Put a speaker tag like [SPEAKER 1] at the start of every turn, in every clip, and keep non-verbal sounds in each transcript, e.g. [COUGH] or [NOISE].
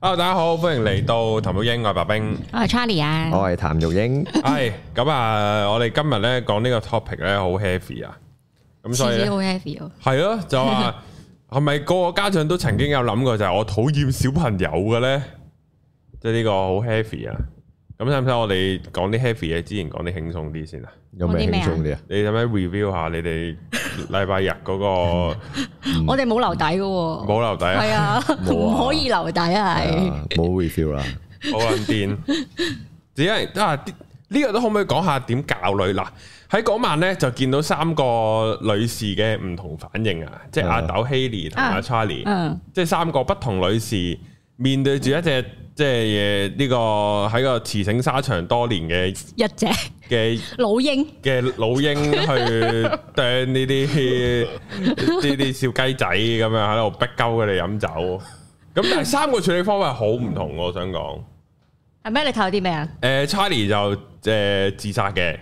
[SPEAKER 1] Hello，大家好，歡迎嚟到談育鷹，我係白兵。
[SPEAKER 2] 我係 Charlie 啊，
[SPEAKER 1] 哦
[SPEAKER 3] 我係譚玉英，
[SPEAKER 1] 係咁啊，我哋今日咧講呢個 topic 咧好 heavy 啊，咁所以
[SPEAKER 2] 次次
[SPEAKER 1] 呢
[SPEAKER 2] 都好 heavy 哦。
[SPEAKER 1] 係咯，就話係咪個個家長都曾經有諗過就係我討厭小朋友嘅咧？即係呢個好 heavy 啊！咁使唔使我哋講啲 heavy 嘢之前講啲輕鬆啲先啊？
[SPEAKER 3] [LAUGHS] 有咩輕鬆啲啊？
[SPEAKER 1] 你使唔使 review 下你哋禮拜日嗰個
[SPEAKER 2] 我哋冇留底嘅喎，
[SPEAKER 1] 嗯冇留底啊
[SPEAKER 2] 係啊，
[SPEAKER 3] 冇啊
[SPEAKER 2] 唔可以留底啊，
[SPEAKER 3] 係
[SPEAKER 2] 係
[SPEAKER 3] 啊冇 review 啦，
[SPEAKER 1] 好撚癲，只係啊啲呢個都可唔可以講下點教女嗱？喺嗰晚咧就見到三個女士嘅唔同反應啊，即係阿
[SPEAKER 3] 啊
[SPEAKER 1] 豆、Haley 同阿
[SPEAKER 2] 啊
[SPEAKER 1] Charlie，
[SPEAKER 2] 嗯，
[SPEAKER 1] 即係三個不同女士面對住一隻即係呃呢個喺個馳騁沙場多年嘅
[SPEAKER 2] 一隻
[SPEAKER 1] 嘅
[SPEAKER 2] 老鷹
[SPEAKER 1] 嘅老鷹
[SPEAKER 2] [LAUGHS]
[SPEAKER 1] 去啄呢啲呢啲小雞仔咁樣喺度逼鳩佢哋飲酒，咁但係三個處理方法好唔同喎，我想講。
[SPEAKER 2] 係咩？你睇到啲咩啊？
[SPEAKER 1] 誒、Charlie 呃就誒、自殺嘅，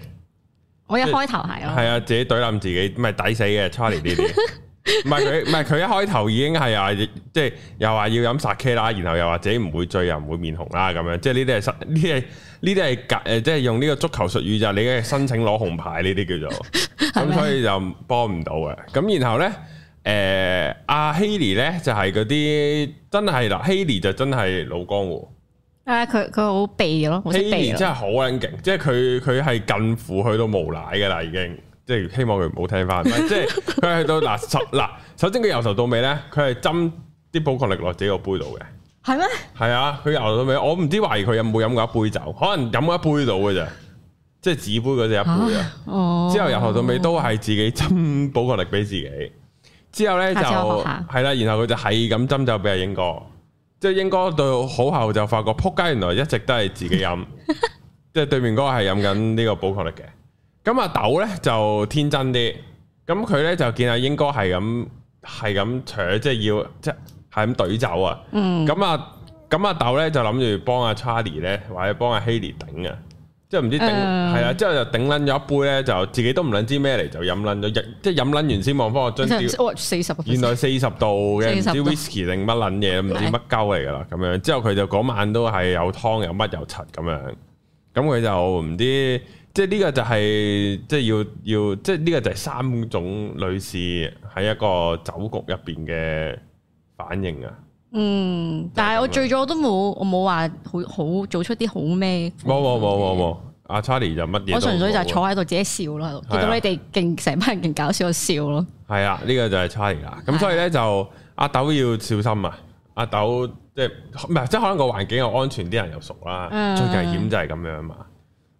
[SPEAKER 2] 我一開頭係
[SPEAKER 1] 係
[SPEAKER 2] 咯，
[SPEAKER 1] 啊，自己懟冧自己，唔係抵死嘅 Charlie 呢啲。唔係佢，唔係佢一開頭已經係話，即係又話要飲 sake 啦，然後又話自己唔會醉又唔會面紅啦，咁樣，即係呢啲係申呢啲係呢啲係格誒，即係用呢個足球術語就係你嘅申請攞紅牌呢啲叫做，咁
[SPEAKER 2] 咩
[SPEAKER 1] 所以就幫唔到嘅。咁然後咧，誒、阿 Haley 咧就係嗰啲真係啦，Haley 就真係老江湖。
[SPEAKER 2] 啊佢佢好避咯，好識啊避
[SPEAKER 1] Haley 真係
[SPEAKER 2] 咯，
[SPEAKER 1] 好撚勁，即係佢佢係近乎去到無賴嘅啦，已經。即係希望佢唔好聽翻，唔係即係佢去到嗱首嗱，首先佢由頭到尾咧，佢係斟啲寶礦力落自己個杯度嘅。
[SPEAKER 2] 係咩？
[SPEAKER 1] 係啊，佢由頭到尾，我唔知懷疑佢有冇飲過一杯酒，可能飲過一杯到嘅咋，即係紙杯嗰隻一杯啊。
[SPEAKER 2] 哦，
[SPEAKER 1] 之後由頭到尾都係自己斟寶礦力俾自己。之後咧就
[SPEAKER 2] 下次我學下
[SPEAKER 1] 係啦，然後佢就係咁斟酒俾阿英哥，即係英哥到好後就發覺撲街，原來一直都係自己
[SPEAKER 2] [LAUGHS]
[SPEAKER 1] 飲，即係對面嗰個係飲緊呢個寶礦力嘅。咁阿豆咧就天真啲，咁佢咧就見阿英哥係咁係咁扯，即係要即係係咁懟酒啊。
[SPEAKER 2] 嗯，
[SPEAKER 1] 咁啊咁阿豆咧就諗住幫阿 Charlie 咧，或者幫阿 Haley 頂啊，即係唔知頂
[SPEAKER 2] 嗯
[SPEAKER 1] 係啊，之後就頂撚咗一杯咧，就自己都唔撚知咩嚟，就飲撚咗一，即係飲撚完先望翻個樽
[SPEAKER 2] 你
[SPEAKER 1] 吊
[SPEAKER 2] [LAUGHS] 知唔知哇四十個 percent
[SPEAKER 1] 原來四十度嘅唔
[SPEAKER 2] 40
[SPEAKER 1] 知
[SPEAKER 2] 度
[SPEAKER 1] whisky 定乜撚嘢，唔知乜鳩嚟㗎啦咁樣。之後佢就嗰晚都係有湯有乜有柒咁樣，咁佢就唔知即係呢個就係、即係要要即係呢個就係三種女士喺一個酒局入邊嘅反應啊！
[SPEAKER 2] 嗯，但係我醉咗我都冇，我冇話好好做出啲好咩，
[SPEAKER 1] 冇冇冇冇冇，阿 Charlie 就乜嘢
[SPEAKER 2] 嗯我純粹就係坐
[SPEAKER 1] 係
[SPEAKER 2] 喺度自己笑咯，喺
[SPEAKER 1] 係
[SPEAKER 2] 度見
[SPEAKER 1] 啊
[SPEAKER 2] 到你哋勁成班人勁搞笑，我笑咯，
[SPEAKER 1] 係啊，呢個就係 Charlie 啦。咁
[SPEAKER 2] 係
[SPEAKER 1] 所以咧就阿豆要小心啊！阿豆即係唔係即係可能個環境又安全，啲人又熟啦。
[SPEAKER 2] 嗯
[SPEAKER 1] 最危險就係咁樣嘛，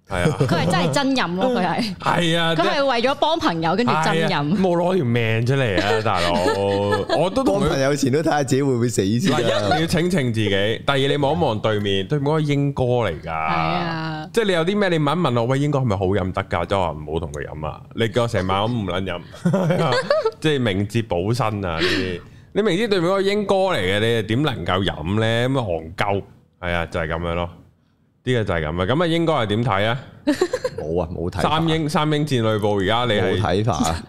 [SPEAKER 1] 係
[SPEAKER 2] [LAUGHS]
[SPEAKER 1] 啊，
[SPEAKER 2] 佢係真係真飲
[SPEAKER 1] [LAUGHS]
[SPEAKER 2] 咯，佢係。
[SPEAKER 1] 係啊，
[SPEAKER 2] 佢
[SPEAKER 1] 即係
[SPEAKER 2] 係為咗幫朋友跟住真
[SPEAKER 1] 係啊
[SPEAKER 2] 飲，
[SPEAKER 1] 冇攞條命出嚟啊，大佬！
[SPEAKER 2] [LAUGHS]
[SPEAKER 1] 我都
[SPEAKER 3] 幫
[SPEAKER 1] 同
[SPEAKER 3] 朋
[SPEAKER 1] 佢
[SPEAKER 3] 友前都睇下自己會唔會死先
[SPEAKER 1] 嗱，一
[SPEAKER 3] 啊！
[SPEAKER 1] 你要澄清自己，第二你望一望對面，對面嗰個英哥嚟㗎。
[SPEAKER 2] 係啊，
[SPEAKER 1] 即係你有啲咩你問一問我，喂，英哥係咪好飲得㗎？即係我話唔好同佢飲啊！你叫我成晚我唔撚
[SPEAKER 3] [LAUGHS]
[SPEAKER 1] 飲，係啊即係明哲保身啊！呢啲你明知對面嗰個英哥嚟嘅，你點能夠飲咧？咁啊戇鳩，係啊，就係、咁樣咯。呢個就係咁啊！咁啊，英哥係點睇啊？
[SPEAKER 3] 冇啊，冇睇
[SPEAKER 1] 三英三英戰呂布，而家你係
[SPEAKER 3] 冇睇法啊！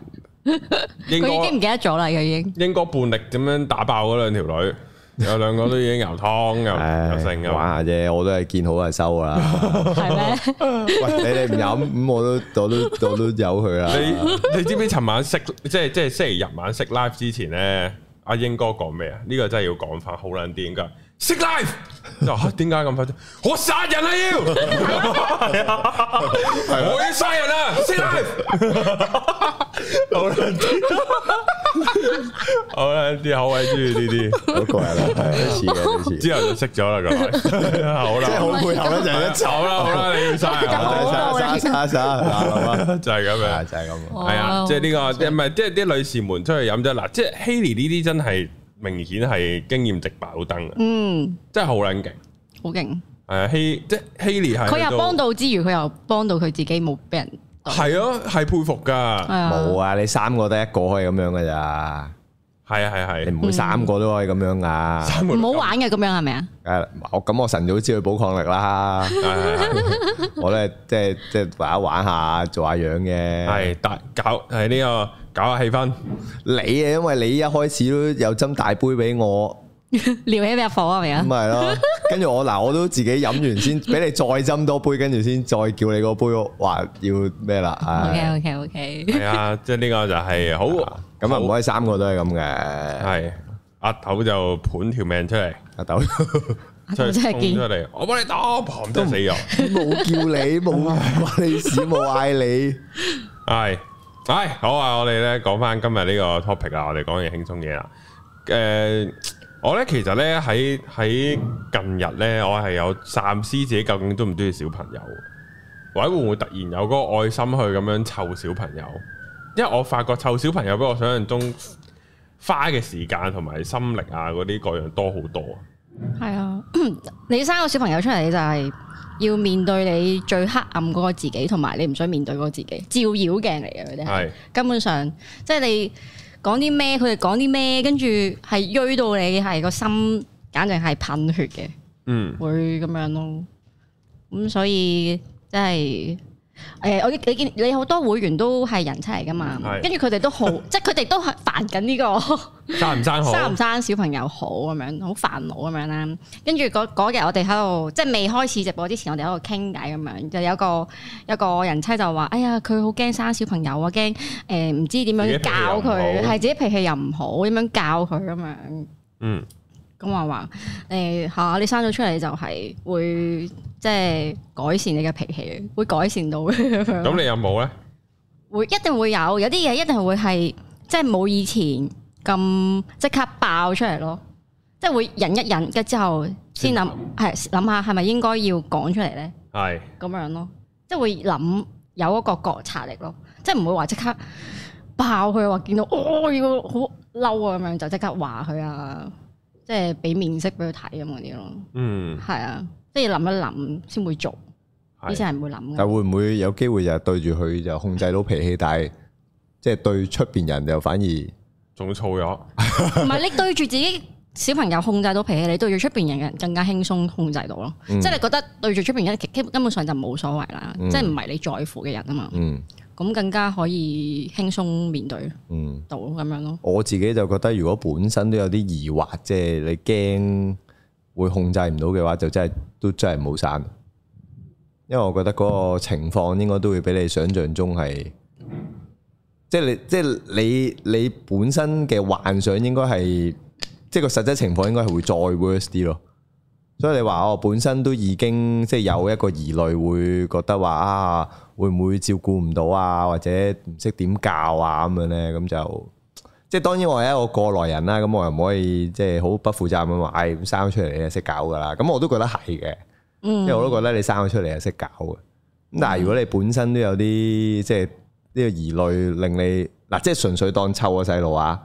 [SPEAKER 1] 英
[SPEAKER 2] 佢已經
[SPEAKER 1] 哥
[SPEAKER 2] 唔記得咗啦，佢已
[SPEAKER 1] [LAUGHS]
[SPEAKER 2] 經
[SPEAKER 1] 英哥半力咁樣打爆嗰兩條女，有兩個都已經油湯又
[SPEAKER 3] 唉
[SPEAKER 1] 又剩㗎。
[SPEAKER 3] 玩下啫，我都係見好就收噶啦。
[SPEAKER 2] 係咩？
[SPEAKER 3] 喂，你哋唔飲咁，我都我都我都由佢啦。
[SPEAKER 1] 你你知唔知尋晚識即係即係星期日晚識 live 之前咧，阿英哥講咩啊？呢、個真係要講翻，好撚癲噶！識 live 就嚇點解咁快啫？我殺人啊要，我要殺人啊！識 live，好撚癲，好撚癲，好鬼中意呢啲。
[SPEAKER 3] 嗰個人啊，係啊一次嘅，一次。
[SPEAKER 1] 之後就識咗啦，咁咪好
[SPEAKER 3] 即係好
[SPEAKER 1] 啦，
[SPEAKER 3] 配合咧，就係一齊
[SPEAKER 1] 好啦，好啦，你要殺人
[SPEAKER 2] 好
[SPEAKER 1] 啊，
[SPEAKER 2] 好
[SPEAKER 3] 殺殺殺殺殺
[SPEAKER 1] 就係咁樣
[SPEAKER 3] 啊，。就係咁啊。
[SPEAKER 1] 系
[SPEAKER 2] 哦
[SPEAKER 1] 啊，即係呢個即係唔係即係啲女士們出去飲啫。嗱，即係 Haley 呢啲真係明顯係經驗值爆燈啊，
[SPEAKER 2] 嗯，
[SPEAKER 1] 真係好撚勁。
[SPEAKER 2] 好勁，
[SPEAKER 1] 係啊希即係 Haley 係啊
[SPEAKER 2] 佢又幫
[SPEAKER 1] 到，
[SPEAKER 2] 到之餘，佢又幫到佢自己冇俾人懟，
[SPEAKER 1] 係啊，係佩服㗎。係
[SPEAKER 2] 係
[SPEAKER 1] 啊，
[SPEAKER 2] 啊，
[SPEAKER 3] 冇啊，你三個得一個可以咁樣噶咋？
[SPEAKER 1] 係係
[SPEAKER 3] 你，唔會三個都可以咁樣噶。
[SPEAKER 1] 三個
[SPEAKER 2] 唔好玩嘅咁樣係咪
[SPEAKER 1] [LAUGHS]
[SPEAKER 2] 啊？
[SPEAKER 3] 梗係我咁我晨早知去補抗力啦，
[SPEAKER 1] 係。係係
[SPEAKER 3] [LAUGHS] 我咧即係即係玩一玩下，做下樣嘅。
[SPEAKER 1] 係大搞係
[SPEAKER 2] [LAUGHS]
[SPEAKER 1] 呢個搞下氣氛，
[SPEAKER 3] 你啊，因為你一開始都有斟大杯俾我，
[SPEAKER 2] 撩起入房係咪啊
[SPEAKER 3] 咁？咪係咯。跟住我嗱，我都自己飲完先，俾你再斟多杯，跟住先再叫你個杯，話要咩啦？
[SPEAKER 1] 嗯
[SPEAKER 3] 唉
[SPEAKER 2] OK OK OK，
[SPEAKER 1] [LAUGHS] 系啊，即系呢个就系好
[SPEAKER 3] 咁啊，
[SPEAKER 1] 好
[SPEAKER 3] 唔可以三個都係咁嘅。
[SPEAKER 1] 系阿头就盤條命出嚟，
[SPEAKER 3] 阿豆 [LAUGHS]
[SPEAKER 2] 阿
[SPEAKER 1] 出
[SPEAKER 2] 豆
[SPEAKER 1] 嚟
[SPEAKER 2] 真係
[SPEAKER 1] 衝出
[SPEAKER 2] 堅，
[SPEAKER 1] 嚟，我幫你打，砰都死咗，
[SPEAKER 3] 冇叫你，冇話你屎，冇嗌你。
[SPEAKER 1] 系系好啊！我哋咧講翻今日呢個 topic 啊，我哋講嘢輕鬆嘢啦。诶、我咧其實咧喺喺近日咧，我係有三思自己究竟中唔中意小朋友，或者會唔會突然有嗰個愛心去咁樣湊小朋友？因為我發覺湊小朋友比我想象中花嘅時間同埋心力啊嗰啲各樣多好多啊！
[SPEAKER 2] 係啊！ [COUGHS] 你生個小朋友出嚟，你就係要面對你最黑暗嗰個自己，同埋你唔想面對嗰個自己，照妖鏡嚟嘅佢哋係。
[SPEAKER 1] 係
[SPEAKER 2] 根本上即係你講啲咩，佢哋講啲咩，跟住係追到你係個心，簡直係噴血嘅，
[SPEAKER 1] 嗯。
[SPEAKER 2] 會咁樣咯。咁所以即係誒，我你見你好多會員都係人妻嚟噶嘛
[SPEAKER 1] 係，
[SPEAKER 2] 跟住佢哋都好，即係佢哋都係煩緊呢個。
[SPEAKER 1] 生唔生好？
[SPEAKER 2] 生唔生小朋友好咁樣，好煩惱咁樣啦。跟住嗰嗰日我哋喺度，即係未開始直播之前，我哋喺度傾偈咁樣，就有個有個人妻就話：哎呀，佢好驚生小朋友啊，驚誒唔知點樣教佢，係自己脾氣又唔好，點樣教佢咁樣。
[SPEAKER 1] 嗯，
[SPEAKER 2] 咁我話誒嚇，你生咗出嚟就係會即係改善你嘅脾氣，會改善到咁樣。
[SPEAKER 1] 咁你有冇咧？
[SPEAKER 2] 會一定會有，有啲嘢一定會係即係冇以前咁即刻爆出嚟咯，即係會忍一忍，跟之後先諗係諗下係咪應該要講出嚟咧
[SPEAKER 1] 係
[SPEAKER 2] 咁樣咯，即係會諗有一個覺察力咯，即係唔會話即刻爆佢話見到哦要好嬲啊咁樣就即刻話佢啊，即係俾面色俾佢睇咁嗰啲咯，
[SPEAKER 1] 嗯，
[SPEAKER 2] 係啊，即係要諗一諗先會做，以
[SPEAKER 1] 係
[SPEAKER 2] 前係唔會諗嘅
[SPEAKER 3] 但。會唔會有機會就係對住佢就控制到脾氣，但係即係對出邊人就反而？
[SPEAKER 1] 仲燥咗，
[SPEAKER 2] 唔係你對住自己小朋友控制到脾氣，你對住出邊人嘅人更加輕鬆控制到咯。
[SPEAKER 3] 嗯
[SPEAKER 2] 即係你覺得對住出邊人，其基根本上就冇所謂啦，
[SPEAKER 3] 嗯
[SPEAKER 2] 即係唔係你在乎嘅人啊嘛，
[SPEAKER 3] 嗯
[SPEAKER 2] 咁更加可以輕鬆面對
[SPEAKER 3] 嗯。
[SPEAKER 2] 到咁樣咯。
[SPEAKER 3] 我自己就覺得，如果本身都有啲疑惑，即係你驚會控制唔到嘅話，就真係都真係冇生。因為我覺得嗰個情況應該都會比你想象中係，即係你即係你你本身嘅幻想應該係，即係個實際情況應該係會再 worse 啲咯。所以你話我本身都已經即係有一個疑慮，會覺得話啊，會唔會照顧唔到啊，或者唔識點教啊咁樣呢？咁就即係當然我係一個過來人啦，咁我又唔可以即係好不負責任咁話，唉、咁生咗出嚟你就識搞㗎啦。咁我都覺得係嘅，因為我都覺得你生咗出嚟就識搞嘅。咁但係如果你本身都有啲即係呢個疑慮，令你嗱即係純粹當湊個細路啊。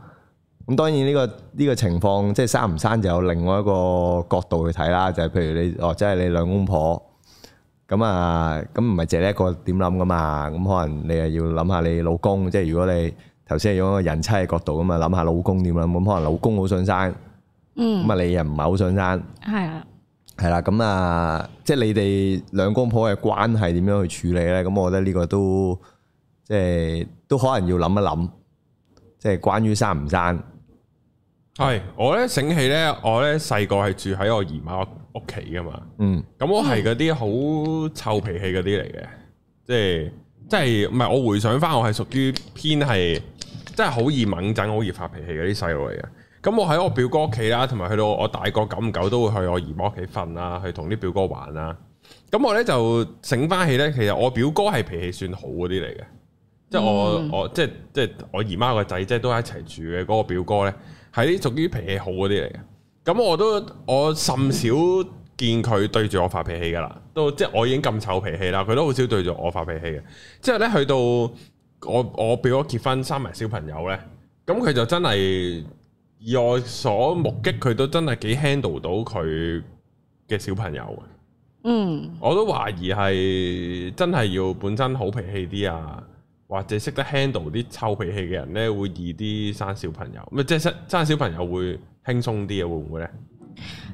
[SPEAKER 3] 咁當然呢、個呢、個情況，即係生唔生就有另外一個角度去睇啦。就係、譬如你哦，即係你兩公婆咁啊，咁唔係淨係一個點諗噶嘛。咁可能你又要諗下你老公，即係如果你頭先係用一個人妻嘅角度咁啊，諗下老公點諗。咁可能老公好想生，咁
[SPEAKER 2] 嗯，
[SPEAKER 3] 啊你又唔係好想生。
[SPEAKER 2] 係啊，
[SPEAKER 3] 係啦，咁啊，即係你哋兩公婆嘅關係點樣去處理咧？咁我覺得呢個都即係都可能要諗一諗，即係關於生唔生。
[SPEAKER 1] 係我咧醒起咧，我咧細個係住喺我姨媽屋企噶嘛，
[SPEAKER 3] 嗯
[SPEAKER 1] 咁我係嗰啲好臭脾氣嗰啲嚟嘅，即係即係唔係我回想翻，我係屬於偏係真係好易猛整、好易發脾氣嗰啲細路嚟嘅。咁我喺我表哥屋企啦，同埋去到我大個久唔久都會去我姨媽屋企瞓啦，去同啲表哥玩啦。咁我咧就醒翻起咧，其實我表哥係脾氣算好嗰啲嚟嘅，即係我、
[SPEAKER 2] 嗯
[SPEAKER 1] 我即係即係我姨媽個仔，即係都喺一齊住嘅嗰個表哥咧，係啲屬於脾氣好嗰啲嚟嘅。咁我都我甚少見佢對住我發脾氣噶啦，都即係我已經咁臭脾氣啦，佢都好少對住我發脾氣嘅。之後咧去到我我表哥結婚生埋小朋友咧，咁佢就真係以我所目擊，佢都真係幾 handle 到佢嘅小朋友嘅。
[SPEAKER 2] 嗯，
[SPEAKER 1] 我都懷疑係真係要本身好脾氣啲啊，或者識得 handle 啲臭脾氣嘅人呢，會易啲生小朋友，咪即係生生小朋友會輕鬆啲啊？會唔會呢？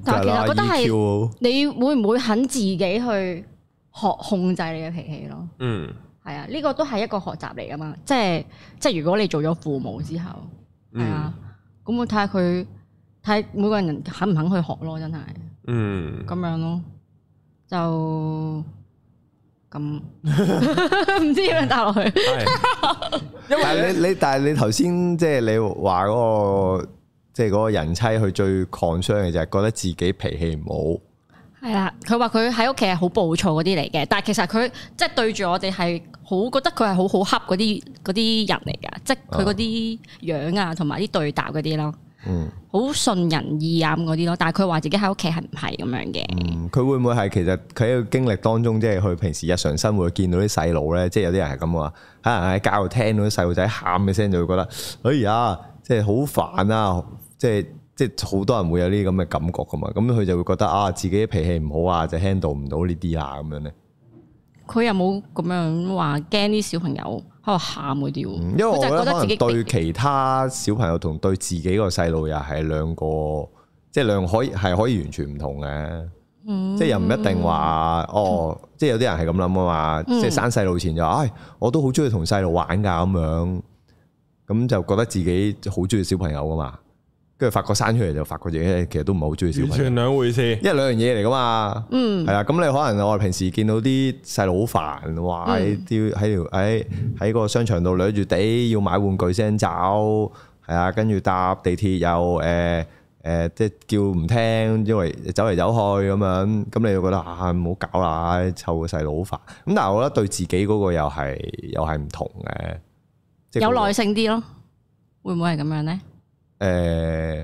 [SPEAKER 2] 但係其
[SPEAKER 3] 就係啦，E
[SPEAKER 2] 實覺得係
[SPEAKER 3] EQ
[SPEAKER 2] 你會唔會肯自己去學控制你嘅脾氣咯？
[SPEAKER 1] 嗯
[SPEAKER 2] 係啊，呢個都係一個學習嚟噶嘛，即係即係如果你做咗父母之後。
[SPEAKER 1] 嗯
[SPEAKER 2] 係啊啊，咁我睇下佢睇睇每個人肯唔肯去學咯，真係
[SPEAKER 1] 嗯，
[SPEAKER 2] 咁樣咯，就咁 [LAUGHS] 唔知點樣答落去。
[SPEAKER 1] 係，因
[SPEAKER 3] 但
[SPEAKER 1] 為
[SPEAKER 3] 係
[SPEAKER 1] 呢
[SPEAKER 3] 你你但係你頭先即係你話嗰個即係嗰個人妻，佢最抗傷嘅就係覺得自己脾氣唔
[SPEAKER 2] 係啦，佢話佢喺屋企係好暴躁嗰啲嚟嘅，但係其實佢即係對住我哋係好覺得佢係好好恰嗰啲嗰啲人嚟噶，即係佢嗰啲樣啊，同埋啲對答嗰啲咯，
[SPEAKER 3] 好，嗯
[SPEAKER 2] 好順人意啊咁嗰啲咯。但係佢話自己喺屋企係唔係咁樣嘅，
[SPEAKER 3] 嗯，佢會唔會係其實佢喺個經歷當中，即係佢平時日常生活見到啲細路咧，即係有啲人係咁話，可能喺教育聽到啲細路仔喊嘅聲，就會覺得哎呀，即係好煩啊，即係。即係好多人會有呢啲咁嘅感覺噶嘛，咁佢就會覺得啊，自己脾氣唔好啊，就 handle 唔到呢啲啊咁樣咧。
[SPEAKER 2] 佢又冇咁樣話驚啲小朋友喺度喊嗰啲喎，
[SPEAKER 3] 嗯因為我
[SPEAKER 2] 佢就係覺
[SPEAKER 3] 覺得可
[SPEAKER 2] 得自
[SPEAKER 3] 能
[SPEAKER 2] 己
[SPEAKER 3] 對
[SPEAKER 2] 被
[SPEAKER 3] 其他小朋友同對自己個細路又係兩個，即係兩可以係可以完全唔同嘅，
[SPEAKER 2] 嗯
[SPEAKER 3] 嗯即係又唔一定話哦，即係有啲人係咁諗啊嘛，
[SPEAKER 2] 嗯
[SPEAKER 3] 即係生細路前就話，唉，我都好中意同細路玩㗎咁樣，咁就覺得自己好中意小朋友㗎嘛，跟住發覺生出嚟就發覺自己哎其實都唔係好中意小
[SPEAKER 1] 完
[SPEAKER 3] 朋友
[SPEAKER 1] 全，兩回事。
[SPEAKER 3] 因為兩樣嘢嚟㗎嘛。
[SPEAKER 2] 嗯
[SPEAKER 3] 係啦，啊咁你可能我哋平時見到啲細路好煩，
[SPEAKER 2] 嗯
[SPEAKER 3] 哇！喺啲喺條喺喺個商場度掠住地要買玩具先走，係啊，跟住搭地鐵又誒誒，即係叫唔聽，因為走嚟走去咁樣，咁你就覺得啊唔好搞啦，湊個細路好煩。咁但係我覺得對自己嗰個又係又係唔同嘅，即係
[SPEAKER 2] 有
[SPEAKER 3] 嗰個
[SPEAKER 2] 耐性啲咯，會唔會係咁樣咧？
[SPEAKER 3] 誒、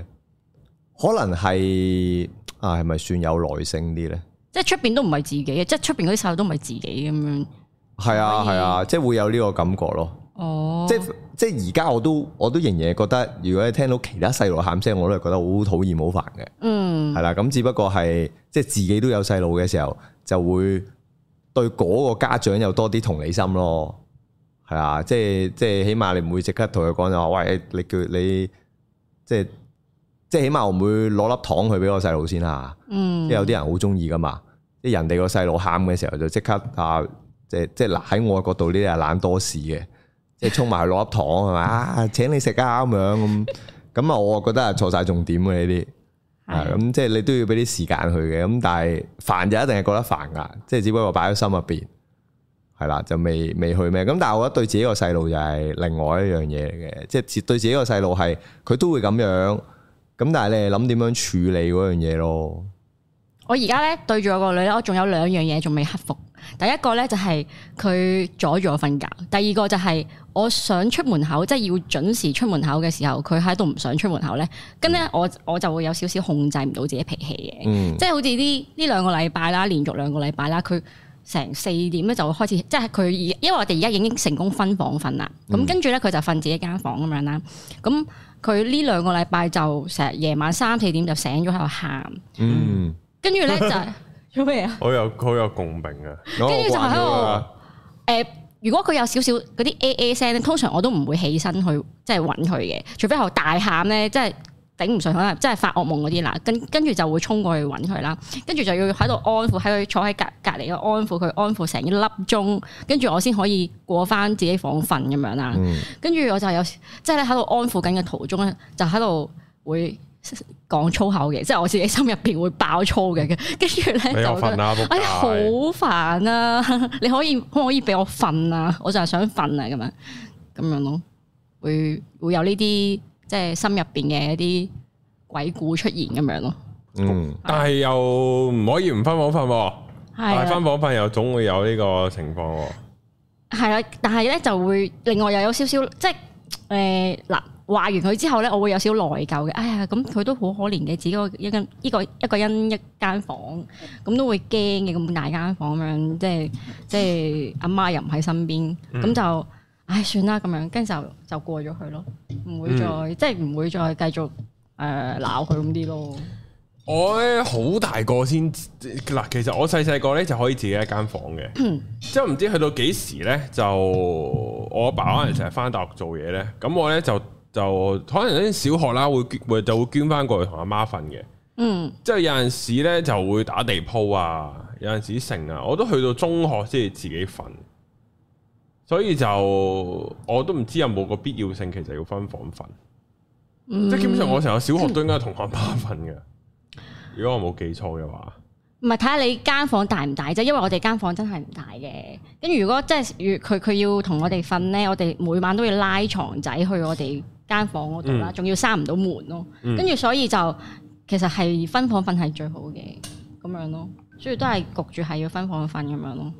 [SPEAKER 3] 可能係啊，係咪算有耐性啲咧？
[SPEAKER 2] 即係出邊都唔係自己嘅，即係出邊嗰啲細路都唔係自己咁樣。
[SPEAKER 3] 係啊，
[SPEAKER 2] 所以
[SPEAKER 3] 係啊，即係會有呢個感覺咯。
[SPEAKER 2] 哦，
[SPEAKER 3] 即即而家我都我都仍然係覺得，如果你聽到其他細路喊聲，我都係覺得好討厭、好煩嘅，
[SPEAKER 2] 嗯
[SPEAKER 3] 係啦、咁只不過係即自己都有細路嘅時候，就會對嗰個家長有多啲同理心咯，係啊，即即起碼你唔會即刻同佢講就話，喂，你叫你即即起碼我唔會攞粒糖去俾個細路先啊啦。
[SPEAKER 2] 嗯
[SPEAKER 3] 即係有啲人好中意噶嘛，即係人哋個細路喊嘅時候就即刻啊，即係即係喺我嘅角度呢啲係懶多事嘅， [LAUGHS] 即係衝埋去攞粒糖係嘛啊，請你食啊咁樣咁，咁啊我覺得係錯晒重點嘅呢啲，係
[SPEAKER 2] 係
[SPEAKER 3] 咁即係你都要俾啲時間佢嘅，咁但係煩就一定係覺得煩噶，即係只不過擺喺心入邊，係啦就未未去咩，咁但係我覺得對自己個細路就係另外一樣嘢嚟嘅，即係對自己個細路係佢都會咁樣，咁但係你係諗點樣處理嗰樣嘢咯。
[SPEAKER 2] 我而家咧對住我個女咧，我仲有兩樣嘢仲未克服。第一個咧就係佢阻住我瞓覺，第二個就係我想出門口，即係要準時出門口嘅時候，佢喺度唔想出門口咧，咁咧我我就會有少少控制唔到自己脾氣嘅。
[SPEAKER 3] 嗯，
[SPEAKER 2] 即係好似呢呢兩個禮拜啦，連續兩個禮拜啦，佢成四點咧就會開始，即係佢已因為我哋而家已經成功分房瞓啦，咁、跟住咧佢就瞓自己間房咁樣啦，咁佢呢兩個禮拜就成日夜晚三四點就醒咗喺度喊，
[SPEAKER 3] 嗯，
[SPEAKER 2] 跟住咧就做咩啊？
[SPEAKER 1] 我有好有共鳴
[SPEAKER 2] [LAUGHS]
[SPEAKER 1] 啊！
[SPEAKER 3] 我
[SPEAKER 2] 跟住就
[SPEAKER 3] 慣
[SPEAKER 2] 喺
[SPEAKER 3] 咗
[SPEAKER 2] 度
[SPEAKER 3] 啦
[SPEAKER 2] 誒、呃如果佢有少少嗰啲 A A 聲咧，通常我都唔會起身去即係揾佢嘅，除非係大喊咧，即係頂唔順，可能即係發惡夢嗰啲啦。跟跟住就會衝過去揾佢啦，跟住就要喺度安撫，喺佢坐喺隔隔離度安撫佢，安撫成一粒鐘，跟住我先可以過翻自己房瞓咁樣啦。
[SPEAKER 3] 嗯
[SPEAKER 2] 跟住我就有時即係咧喺度安撫緊嘅途中咧，就喺度會講粗口嘅，即係我自己心入邊會爆粗嘅。跟住咧
[SPEAKER 1] 俾
[SPEAKER 2] 就
[SPEAKER 1] 我
[SPEAKER 2] 覺
[SPEAKER 1] 瞓啊
[SPEAKER 2] 得
[SPEAKER 1] 啦，仆
[SPEAKER 2] 哎呀，好
[SPEAKER 1] 街！
[SPEAKER 2] 煩啊！ [LAUGHS] 你可以可唔可以俾我瞓啊？我就係想瞓啊，咁樣咁樣咯，會會有呢啲即係心入邊嘅一啲鬼故出現咁樣咯。
[SPEAKER 3] 嗯，
[SPEAKER 1] 但係又唔可以唔分房瞓喎，
[SPEAKER 2] 係
[SPEAKER 1] 但係
[SPEAKER 2] 啦
[SPEAKER 1] 分，房瞓又總會有呢個情況喎。
[SPEAKER 2] 係啦，但係咧就會另外又有少少即係誒嗱。話完佢之後咧，我會有少內疚嘅。哎呀，咁佢都好可憐嘅，自己個一間依個一個人一間房，咁都會驚嘅。咁大間房咁樣，即係即係阿媽又唔喺身邊，
[SPEAKER 1] 嗯
[SPEAKER 2] 咁就唉算啦咁樣，跟住就就過咗去咯，唔會再、即係唔會再繼續誒鬧佢咁啲咯。
[SPEAKER 1] 我咧好大個先知嗱，其實我細細個咧就可以自己一間房嘅，之後唔知去到幾時咧，就我阿爸可能成日翻大學做嘢咧，咁我咧就就可能啲小學啦，會捐會就會捐翻過去同阿媽瞓嘅。
[SPEAKER 2] 嗯
[SPEAKER 1] 即係有陣時咧就會打地鋪啊，有陣時成啊，我都去到中學先至自己瞓，所以就我都唔知有冇個必要性，其實要分房瞓。即系基本上我成個小學都應該係同學班瞓嘅。
[SPEAKER 3] 嗯
[SPEAKER 1] 如果我冇記錯嘅話，
[SPEAKER 2] 唔係睇下你間房大唔大啫，因為我哋間房真係唔大嘅。跟住如果真係如佢佢要同我哋瞓呢，我哋每晚都要拉床仔去我哋間房嗰度啦，
[SPEAKER 1] 嗯
[SPEAKER 2] 仲、要閂唔到門咯。
[SPEAKER 1] 嗯
[SPEAKER 2] 跟住所以就其實係分房瞓係最好嘅咁樣咯，所以都係焗住係要分房瞓咁樣咯。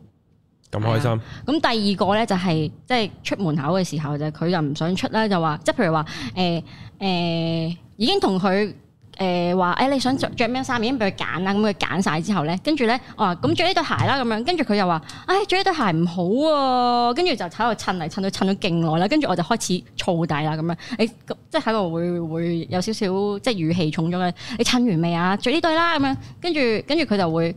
[SPEAKER 1] 咁開
[SPEAKER 3] 啊
[SPEAKER 1] 心，
[SPEAKER 2] 咁第二個咧就係即係出門口嘅時候就佢就唔想出啦，就話即係譬如話誒誒已經同佢誒話誒你想着着咩衫已經俾佢揀啦，咁佢揀晒之後咧，跟住咧我話咁着呢對鞋啦咁樣，跟住佢又話唉着呢對鞋唔好喎、跟住就喺度襯嚟襯去襯咗勁耐啦，跟住我就開始燥底啦咁樣，你即係喺度會會有少少即係語氣重咗嘅，你襯完未啊？着呢對啦咁樣，跟住跟住佢就會。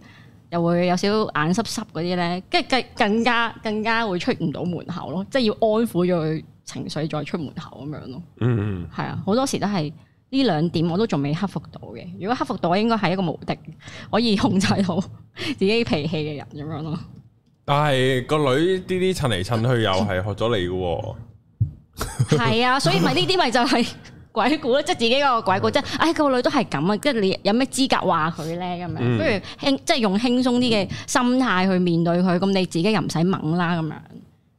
[SPEAKER 2] 又會有少少眼濕濕嗰啲咧，跟住更更加更加會出唔到門口咯，即係要安撫咗佢情緒再出門口咁樣咯。
[SPEAKER 1] 嗯嗯，
[SPEAKER 2] 係啊，好多時都係呢兩點我都仲未克服到嘅。如果克服到，應該係一個無敵可以控制到 [LAUGHS] 自己脾氣嘅人咁樣咯。
[SPEAKER 1] 但係個女啲啲襯嚟襯去又係學咗你嘅喎，
[SPEAKER 2] 係啊，所以咪呢啲咪就係鬼故咯，即係自己個鬼故，即係唉個女都係咁啊，即係你有咩資格話佢咧咁樣？
[SPEAKER 1] 嗯
[SPEAKER 2] 不如輕即係用輕鬆啲嘅心態去面對佢，咁你自己又唔使猛啦咁樣。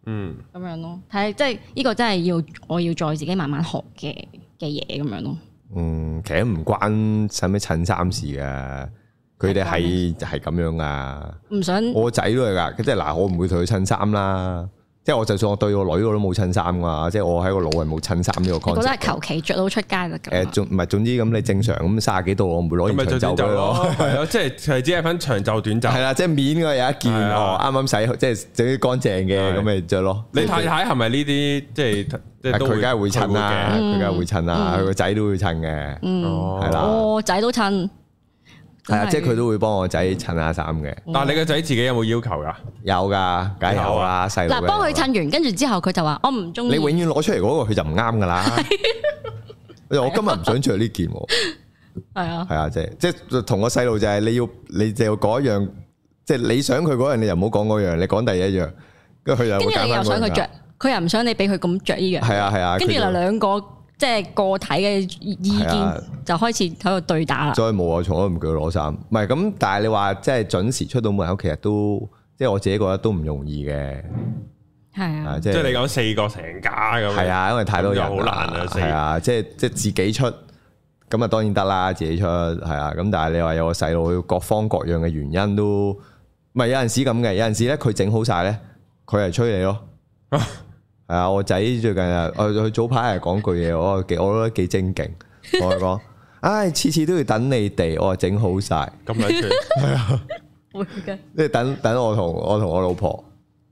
[SPEAKER 1] 嗯，
[SPEAKER 2] 咁樣咯，睇即係呢個真係要我要再自己慢慢學嘅嘅嘢咁樣咯。
[SPEAKER 3] 嗯，其實唔關使唔使襯衫事噶，佢哋係係咁樣噶。
[SPEAKER 2] 唔想
[SPEAKER 3] 我仔都係㗎，即係嗱，我唔會同佢襯衫啦。即係我就算我對個女我都冇襯衫噶，即係我喺個腦係冇襯衫呢個
[SPEAKER 2] 你覺得係。
[SPEAKER 3] concept
[SPEAKER 2] 求其着到出街就
[SPEAKER 3] 誒，
[SPEAKER 2] 咁啊。
[SPEAKER 3] 總唔係總之咁，你正常咁卅幾度，我唔會
[SPEAKER 1] 咁
[SPEAKER 3] 攞
[SPEAKER 1] 咪
[SPEAKER 3] 件
[SPEAKER 1] 着
[SPEAKER 3] 長
[SPEAKER 1] 短
[SPEAKER 3] 袖
[SPEAKER 1] 袖
[SPEAKER 3] 俾
[SPEAKER 1] 咯
[SPEAKER 3] 佢
[SPEAKER 1] [LAUGHS]
[SPEAKER 3] 咯。，
[SPEAKER 1] 係咯，即係係只係分長袖短袖
[SPEAKER 3] [LAUGHS] 係。啊啦，即係面嘅有一件
[SPEAKER 1] 係啊
[SPEAKER 3] 哦，啱啱洗，即係整啲乾淨
[SPEAKER 1] 係
[SPEAKER 3] 嘅咁咪着咯。
[SPEAKER 1] 你太太係咪呢啲即係即係
[SPEAKER 3] 啊佢
[SPEAKER 1] 都
[SPEAKER 3] 梗係會
[SPEAKER 1] 會
[SPEAKER 3] 襯啦，
[SPEAKER 1] 佢
[SPEAKER 2] 嗯
[SPEAKER 3] 佢梗係會襯啦，佢個仔都會襯
[SPEAKER 1] 會
[SPEAKER 3] 嘅，
[SPEAKER 1] 嘅
[SPEAKER 2] 嗯，
[SPEAKER 1] 哦
[SPEAKER 3] 係啦
[SPEAKER 2] 我仔都襯，
[SPEAKER 3] 啊係啊，
[SPEAKER 2] 真
[SPEAKER 3] 即係佢都會幫我仔襯下衫嘅，
[SPEAKER 1] 但係你個仔自己有冇要求㗎？
[SPEAKER 3] 有噶，梗係
[SPEAKER 1] 有啊
[SPEAKER 3] 有啦，細路
[SPEAKER 2] 嗱
[SPEAKER 3] 嘅
[SPEAKER 2] 幫佢
[SPEAKER 3] 有啦，
[SPEAKER 2] 襯完，跟住之後佢就話我唔中意。
[SPEAKER 3] 你永遠攞出嚟嗰個佢就唔啱
[SPEAKER 2] [LAUGHS]
[SPEAKER 3] 噶啦。你話我今日唔想着呢件喎，
[SPEAKER 2] 係啊，
[SPEAKER 3] 係啊，即係即係同個細路就係你要你就要嗰樣，即係你想佢嗰樣，你就唔好講嗰樣，你講第一樣，跟住佢就
[SPEAKER 2] 跟
[SPEAKER 3] 會
[SPEAKER 2] 住你
[SPEAKER 3] 揀翻
[SPEAKER 2] 又
[SPEAKER 3] 嗰
[SPEAKER 2] 想佢
[SPEAKER 3] 樣
[SPEAKER 2] 着，佢又唔想你俾佢咁着呢樣。
[SPEAKER 3] 係啊係啊，
[SPEAKER 2] 跟住
[SPEAKER 3] 佢就
[SPEAKER 2] 就兩個即係個體嘅意
[SPEAKER 3] 係啊
[SPEAKER 2] 見就開始喺度對打啦。
[SPEAKER 3] 所以冇我從來唔叫佢攞衫。唔係咁，但係你話即係準時出到門口，其實都即係我自己覺得都唔容易嘅，
[SPEAKER 2] 係
[SPEAKER 3] 啊
[SPEAKER 2] 啊，
[SPEAKER 3] 即
[SPEAKER 1] 即係你
[SPEAKER 3] 係
[SPEAKER 1] 講四個成家咁樣。
[SPEAKER 3] 係啊，因為太多人啦
[SPEAKER 1] 咁就好難啊四
[SPEAKER 3] 係啊，即係即係自己出。咁啊，當然得啦，自己出係啊。咁但係你話有個細路，佢各方各樣嘅原因都，唔係有陣時咁嘅，有陣時咧佢整好晒咧，佢係催
[SPEAKER 1] [LAUGHS]
[SPEAKER 3] 你咯。係啊，我仔最近啊，我佢早排係講句嘢，我幾我覺得幾精勁。我係
[SPEAKER 1] [LAUGHS]
[SPEAKER 3] 講，唉，次次都要等你哋，我話整好晒。
[SPEAKER 1] 咁樣算。
[SPEAKER 2] 會嘅。
[SPEAKER 3] 即係等等我同我同我老婆，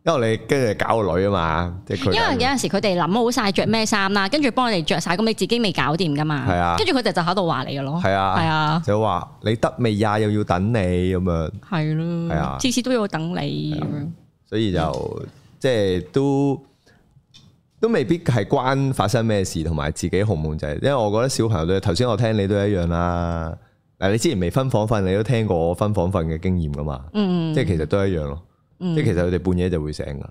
[SPEAKER 3] 因為你跟住搞個女啊嘛，即係佢
[SPEAKER 2] 因為有陣時佢哋諗好晒着咩衫啦，跟住幫你哋着晒，咁你自己未搞掂噶嘛。
[SPEAKER 3] 係啊
[SPEAKER 2] 跟住佢哋就喺度話你噶咯。
[SPEAKER 3] 係啊
[SPEAKER 2] 係啊，
[SPEAKER 3] 就話你得未呀，又要等你咁樣，
[SPEAKER 2] 係咯。
[SPEAKER 3] 係啊
[SPEAKER 2] 次次都要等你咁樣。
[SPEAKER 3] 所以就
[SPEAKER 2] 嗯
[SPEAKER 3] 即係都都未必係關發生咩事，同埋自己控唔控制。因為我覺得小朋友都頭先我聽你都一樣啦。嗱，你之前未分房瞓，你都聽過我分房瞓嘅經驗噶嘛？
[SPEAKER 2] 嗯，
[SPEAKER 3] 即係其實都一樣咯。
[SPEAKER 2] 嗯
[SPEAKER 3] 即係其實佢哋半夜就會醒噶。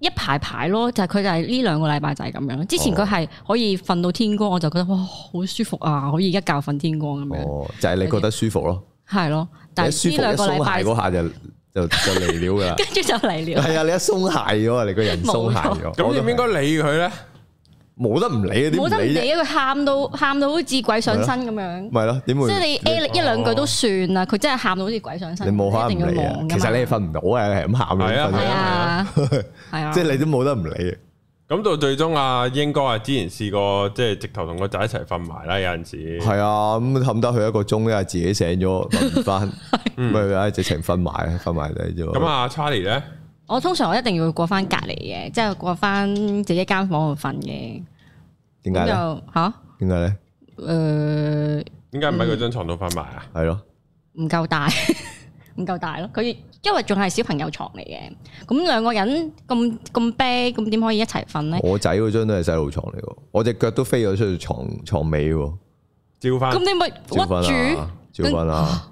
[SPEAKER 2] 一排排咯，就係佢就係呢兩個禮拜就係咁樣。之
[SPEAKER 3] 哦
[SPEAKER 2] 前佢係可以瞓到天光，我就覺得哇好舒服啊，可以一覺瞓天光咁樣。
[SPEAKER 3] 哦，就係你覺得舒服咯，
[SPEAKER 2] 係咯，嗯但
[SPEAKER 3] 你一
[SPEAKER 2] 係呢
[SPEAKER 3] 舒服一
[SPEAKER 2] 兩個禮
[SPEAKER 3] 鬆
[SPEAKER 2] 拜
[SPEAKER 3] 懈嗰下就就就嚟料噶啦。
[SPEAKER 2] [LAUGHS] 跟住就嚟
[SPEAKER 3] [LAUGHS]
[SPEAKER 2] 了。
[SPEAKER 3] 系啊，你一鬆懈咗啊，你個人鬆懈咗，
[SPEAKER 1] 咁
[SPEAKER 3] 我都
[SPEAKER 1] 應唔應該理佢咧？
[SPEAKER 3] 冇得唔理啊？點
[SPEAKER 2] 冇得唔
[SPEAKER 3] 理
[SPEAKER 2] 理
[SPEAKER 3] 啫？
[SPEAKER 2] 啊！佢喊到喊到好似鬼上身咁樣。
[SPEAKER 3] 咪咯，點會？
[SPEAKER 2] 即係你 A 一兩句都算啦，佢真係喊到好似鬼上身，
[SPEAKER 3] 你冇可
[SPEAKER 2] 一
[SPEAKER 3] 能
[SPEAKER 2] 定
[SPEAKER 3] 唔理
[SPEAKER 2] 要
[SPEAKER 3] 啊
[SPEAKER 2] 望。
[SPEAKER 3] 其
[SPEAKER 2] 㗎嘛
[SPEAKER 3] 實你係瞓唔到啊，係咁喊
[SPEAKER 1] 係啊
[SPEAKER 3] 你
[SPEAKER 2] 係
[SPEAKER 3] 瞓啊，
[SPEAKER 2] 啊，係啊，
[SPEAKER 3] [LAUGHS] 即係你都冇得唔理啊。
[SPEAKER 1] 咁到最終啊，英哥啊，之前試過即係直頭同個仔一齊瞓埋啦，有陣時。
[SPEAKER 3] 係啊，咁冚得佢一個鐘，因為自己醒咗瞓
[SPEAKER 2] [LAUGHS]
[SPEAKER 3] 唔翻，咪啊直情瞓埋，瞓埋底啫。
[SPEAKER 1] 咁，啊，Charlie 咧，
[SPEAKER 2] 我通常我一定要過翻隔離嘅，即係過翻自己間房度瞓嘅。
[SPEAKER 3] 點
[SPEAKER 2] 咁
[SPEAKER 3] 解咧？
[SPEAKER 2] 就吓，
[SPEAKER 3] 點解咧？
[SPEAKER 2] 誒
[SPEAKER 1] 點解唔喺佢張床度瞓埋啊？
[SPEAKER 3] 係咯，
[SPEAKER 2] 唔夠大， [LAUGHS] 唔夠大咯。佢因為仲係小朋友床嚟嘅，咁兩個人咁咁啤，咁點可以一齊瞓咧？
[SPEAKER 3] 我仔嗰張都係細路床嚟喎，我只腳都飛咗出去床床尾喎，
[SPEAKER 1] 照翻
[SPEAKER 2] 咁你咪
[SPEAKER 3] 照
[SPEAKER 2] 屈
[SPEAKER 3] 瞓啊，
[SPEAKER 2] 住，
[SPEAKER 3] 照瞓啊，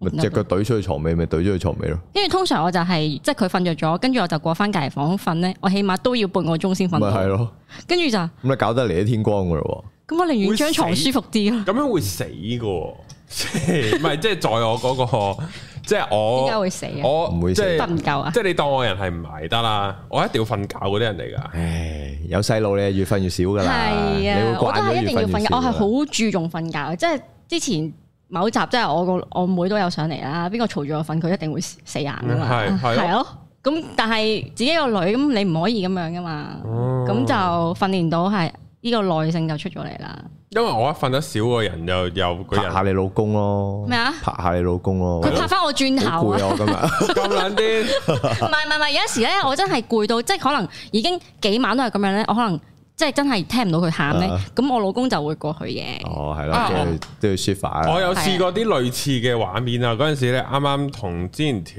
[SPEAKER 3] 咪只腳懟出去床尾，咪懟咗去床尾咯。
[SPEAKER 2] 因為通常我就係、即係佢瞓着咗，跟住我就過翻隔離房瞓咧，我起碼都要半個鐘先瞓
[SPEAKER 3] 咪
[SPEAKER 2] 到。
[SPEAKER 3] 係咯，
[SPEAKER 2] 跟住就咁，
[SPEAKER 3] 咁你搞得嚟都天光噶咯
[SPEAKER 2] 我寧願張床
[SPEAKER 1] 會死
[SPEAKER 2] 舒服啲咯。
[SPEAKER 1] 咁樣會死噶， [LAUGHS] 即係唔係即係在我嗰、個， [LAUGHS] 即係
[SPEAKER 2] 點解
[SPEAKER 1] 我
[SPEAKER 2] 會死啊？
[SPEAKER 1] 我
[SPEAKER 3] 唔會
[SPEAKER 1] 即
[SPEAKER 3] 死
[SPEAKER 2] 得唔
[SPEAKER 1] 係
[SPEAKER 2] 夠啊？
[SPEAKER 1] 即係你當我人係唔埋得啦，我一定要瞓覺嗰啲人嚟㗎
[SPEAKER 3] 喎。。唉，有細路你係越瞓越少噶啦，
[SPEAKER 2] 係
[SPEAKER 3] 你會
[SPEAKER 2] 啊，我
[SPEAKER 3] 慣
[SPEAKER 2] 都
[SPEAKER 3] 咗
[SPEAKER 2] 係
[SPEAKER 3] 越
[SPEAKER 2] 一定要
[SPEAKER 3] 瞓
[SPEAKER 2] 瞓
[SPEAKER 3] 越
[SPEAKER 2] 覺，
[SPEAKER 3] 少
[SPEAKER 2] 我係
[SPEAKER 3] 㗎啦。
[SPEAKER 2] 好注重瞓覺，即係之前某集即係我個我妹都有上嚟啦，邊個嘈住我瞓，佢一定會死死硬噶嘛，啊
[SPEAKER 1] 嗯係係咯
[SPEAKER 2] 係咯。咁但係自己個女咁，你唔可以咁樣噶嘛，
[SPEAKER 1] 哦
[SPEAKER 2] 咁就訓練到係呢個耐性就出咗嚟啦。
[SPEAKER 1] 因為我一瞓得少個人又又個
[SPEAKER 3] 拍
[SPEAKER 1] 人
[SPEAKER 3] 下你老公咯，
[SPEAKER 2] 咩啊
[SPEAKER 3] 拍下你老公咯，
[SPEAKER 2] 佢拍翻我轉
[SPEAKER 3] 好
[SPEAKER 2] 頭啊！
[SPEAKER 3] 攰啊！我今
[SPEAKER 2] [LAUGHS]
[SPEAKER 3] 日
[SPEAKER 1] 咁撚啲，
[SPEAKER 2] 唔係唔係唔係，有時咧我真係攰到，即係可能已經幾晚都係咁樣咧，我可能即係真係聽唔到佢喊咧
[SPEAKER 3] 啊，
[SPEAKER 2] 咁我老公就會過去嘅。
[SPEAKER 3] 哦係啊
[SPEAKER 1] 啊
[SPEAKER 3] 啦，都要都要 shift
[SPEAKER 2] 啊
[SPEAKER 3] 下
[SPEAKER 1] 我
[SPEAKER 3] 啦，
[SPEAKER 1] 有試過啲類似嘅畫面啊！嗰陣時咧，啱啱同之前條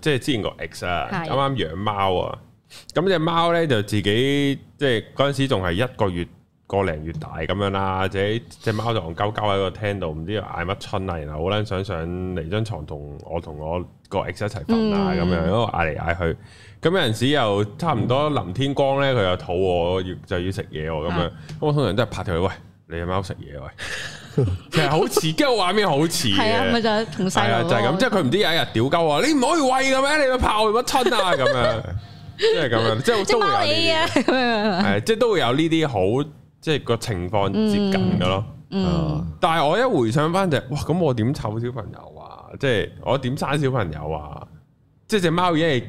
[SPEAKER 1] 即係之前個 ex 啊，
[SPEAKER 2] 係
[SPEAKER 1] 啱啱養貓啊，咁只貓咧就自己即係嗰陣時仲係一個月個零月大咁樣啦，自己只貓就戇鳩鳩喺個廳度，唔知嗌乜春啊，然後好撚想上嚟張床同我同我個 ex 一齊瞓啊
[SPEAKER 2] 嗯
[SPEAKER 1] 咁樣，因為嗌嚟嗌去，咁有陣時又差唔多臨天光咧，佢又肚餓，要就要食嘢喎咁樣，咁
[SPEAKER 2] 啊
[SPEAKER 1] 我通常都係拍條佢喂。你只貓食嘢喂，其實好似，跟住畫面好似嘅，
[SPEAKER 2] 係啊，咪就係同細
[SPEAKER 1] 係啊
[SPEAKER 2] 路
[SPEAKER 1] 就係咁，即係佢唔知有一日屌鳩我，你唔可以喂嘅咩？你咪炮佢乜春啊咁
[SPEAKER 2] [LAUGHS]
[SPEAKER 1] 樣，即係咁樣，即係
[SPEAKER 2] 即係
[SPEAKER 1] 都會有
[SPEAKER 2] 貓你
[SPEAKER 1] 呢
[SPEAKER 2] 嘅咁樣。
[SPEAKER 1] 啲，係即係都會有呢啲好，即係個情況接近嘅咯。
[SPEAKER 3] 哦
[SPEAKER 2] 嗯，
[SPEAKER 1] 但係我一回想翻就係，哇！咁我點湊小朋友啊？即係我點生小朋友啊？即係只貓已經係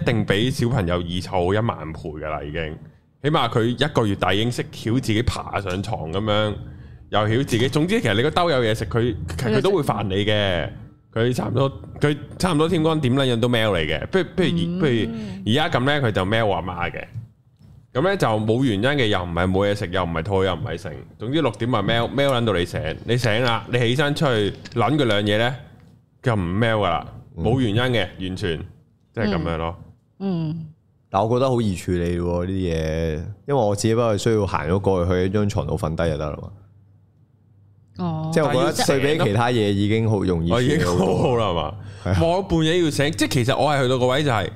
[SPEAKER 1] 一定比小朋友易湊一萬倍噶啦，已經。起碼佢一個月大已經識曉自己爬上床咁樣，又曉自己。總之其實你個兜有嘢食，佢其實佢都會煩你嘅。佢差唔多，佢差唔多天光點撚樣都喵你嘅。不如不如不如而家咁咧，佢就喵我阿媽嘅。咁咧就冇原因嘅，又唔係冇嘢食，又唔係肚，又唔係剩。總之六點咪喵喵撚到你醒，你醒啦，你起身出去撚佢兩嘢咧，就唔喵噶啦，冇原因嘅，完全即係咁樣咯。
[SPEAKER 2] 嗯，
[SPEAKER 3] 但我覺得好易處理喎呢啲嘢，因為我只不過需要行咗過去去張床度瞓低就得啦嘛。
[SPEAKER 2] 哦，
[SPEAKER 3] 即係我覺得
[SPEAKER 1] 但係要
[SPEAKER 3] 對比其他嘢已經好容易處
[SPEAKER 1] 我已
[SPEAKER 3] 理
[SPEAKER 1] 經
[SPEAKER 3] 好
[SPEAKER 1] 好
[SPEAKER 3] 多。
[SPEAKER 1] 好啦係嘛，
[SPEAKER 2] 啊
[SPEAKER 1] 我半夜要醒，即係其實我係去到個位就係、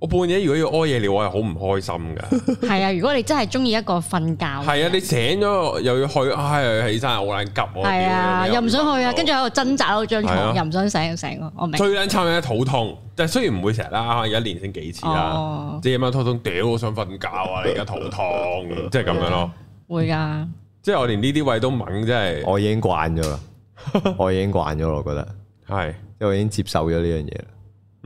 [SPEAKER 1] 我半夜如果要屙夜尿，我係好唔開心噶。
[SPEAKER 2] [LAUGHS] 係啊！如果你真係中意一個瞓覺，
[SPEAKER 1] 係啊，你醒咗又要去，唉、又要起身，好撚急我。
[SPEAKER 2] 係啊，
[SPEAKER 1] 屌
[SPEAKER 2] 又唔想去啊，跟住喺度掙扎到張
[SPEAKER 1] 係啊
[SPEAKER 2] 床，又唔想醒醒，我明。
[SPEAKER 1] 最撚慘嘅肚痛，但係雖然唔會成日啦，可能一年先幾次啦。
[SPEAKER 2] 哦，
[SPEAKER 1] 即係夜晚肚痛，屌我想瞓覺
[SPEAKER 2] [LAUGHS]
[SPEAKER 1] 啊！你而家肚痛，即係咁樣咯。
[SPEAKER 2] 會㗎，
[SPEAKER 1] 即係我連呢啲位都猛，真係
[SPEAKER 3] 我已經慣咗
[SPEAKER 1] [LAUGHS]
[SPEAKER 3] 啦，我已經慣咗啦，我覺得，
[SPEAKER 1] 係
[SPEAKER 3] 即係我已經接受咗呢樣嘢啦。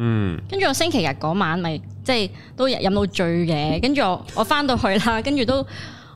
[SPEAKER 1] 嗯
[SPEAKER 2] 跟住我星期日嗰晚咪即係都飲到醉嘅，跟住我我翻到去啦， [LAUGHS] 跟住都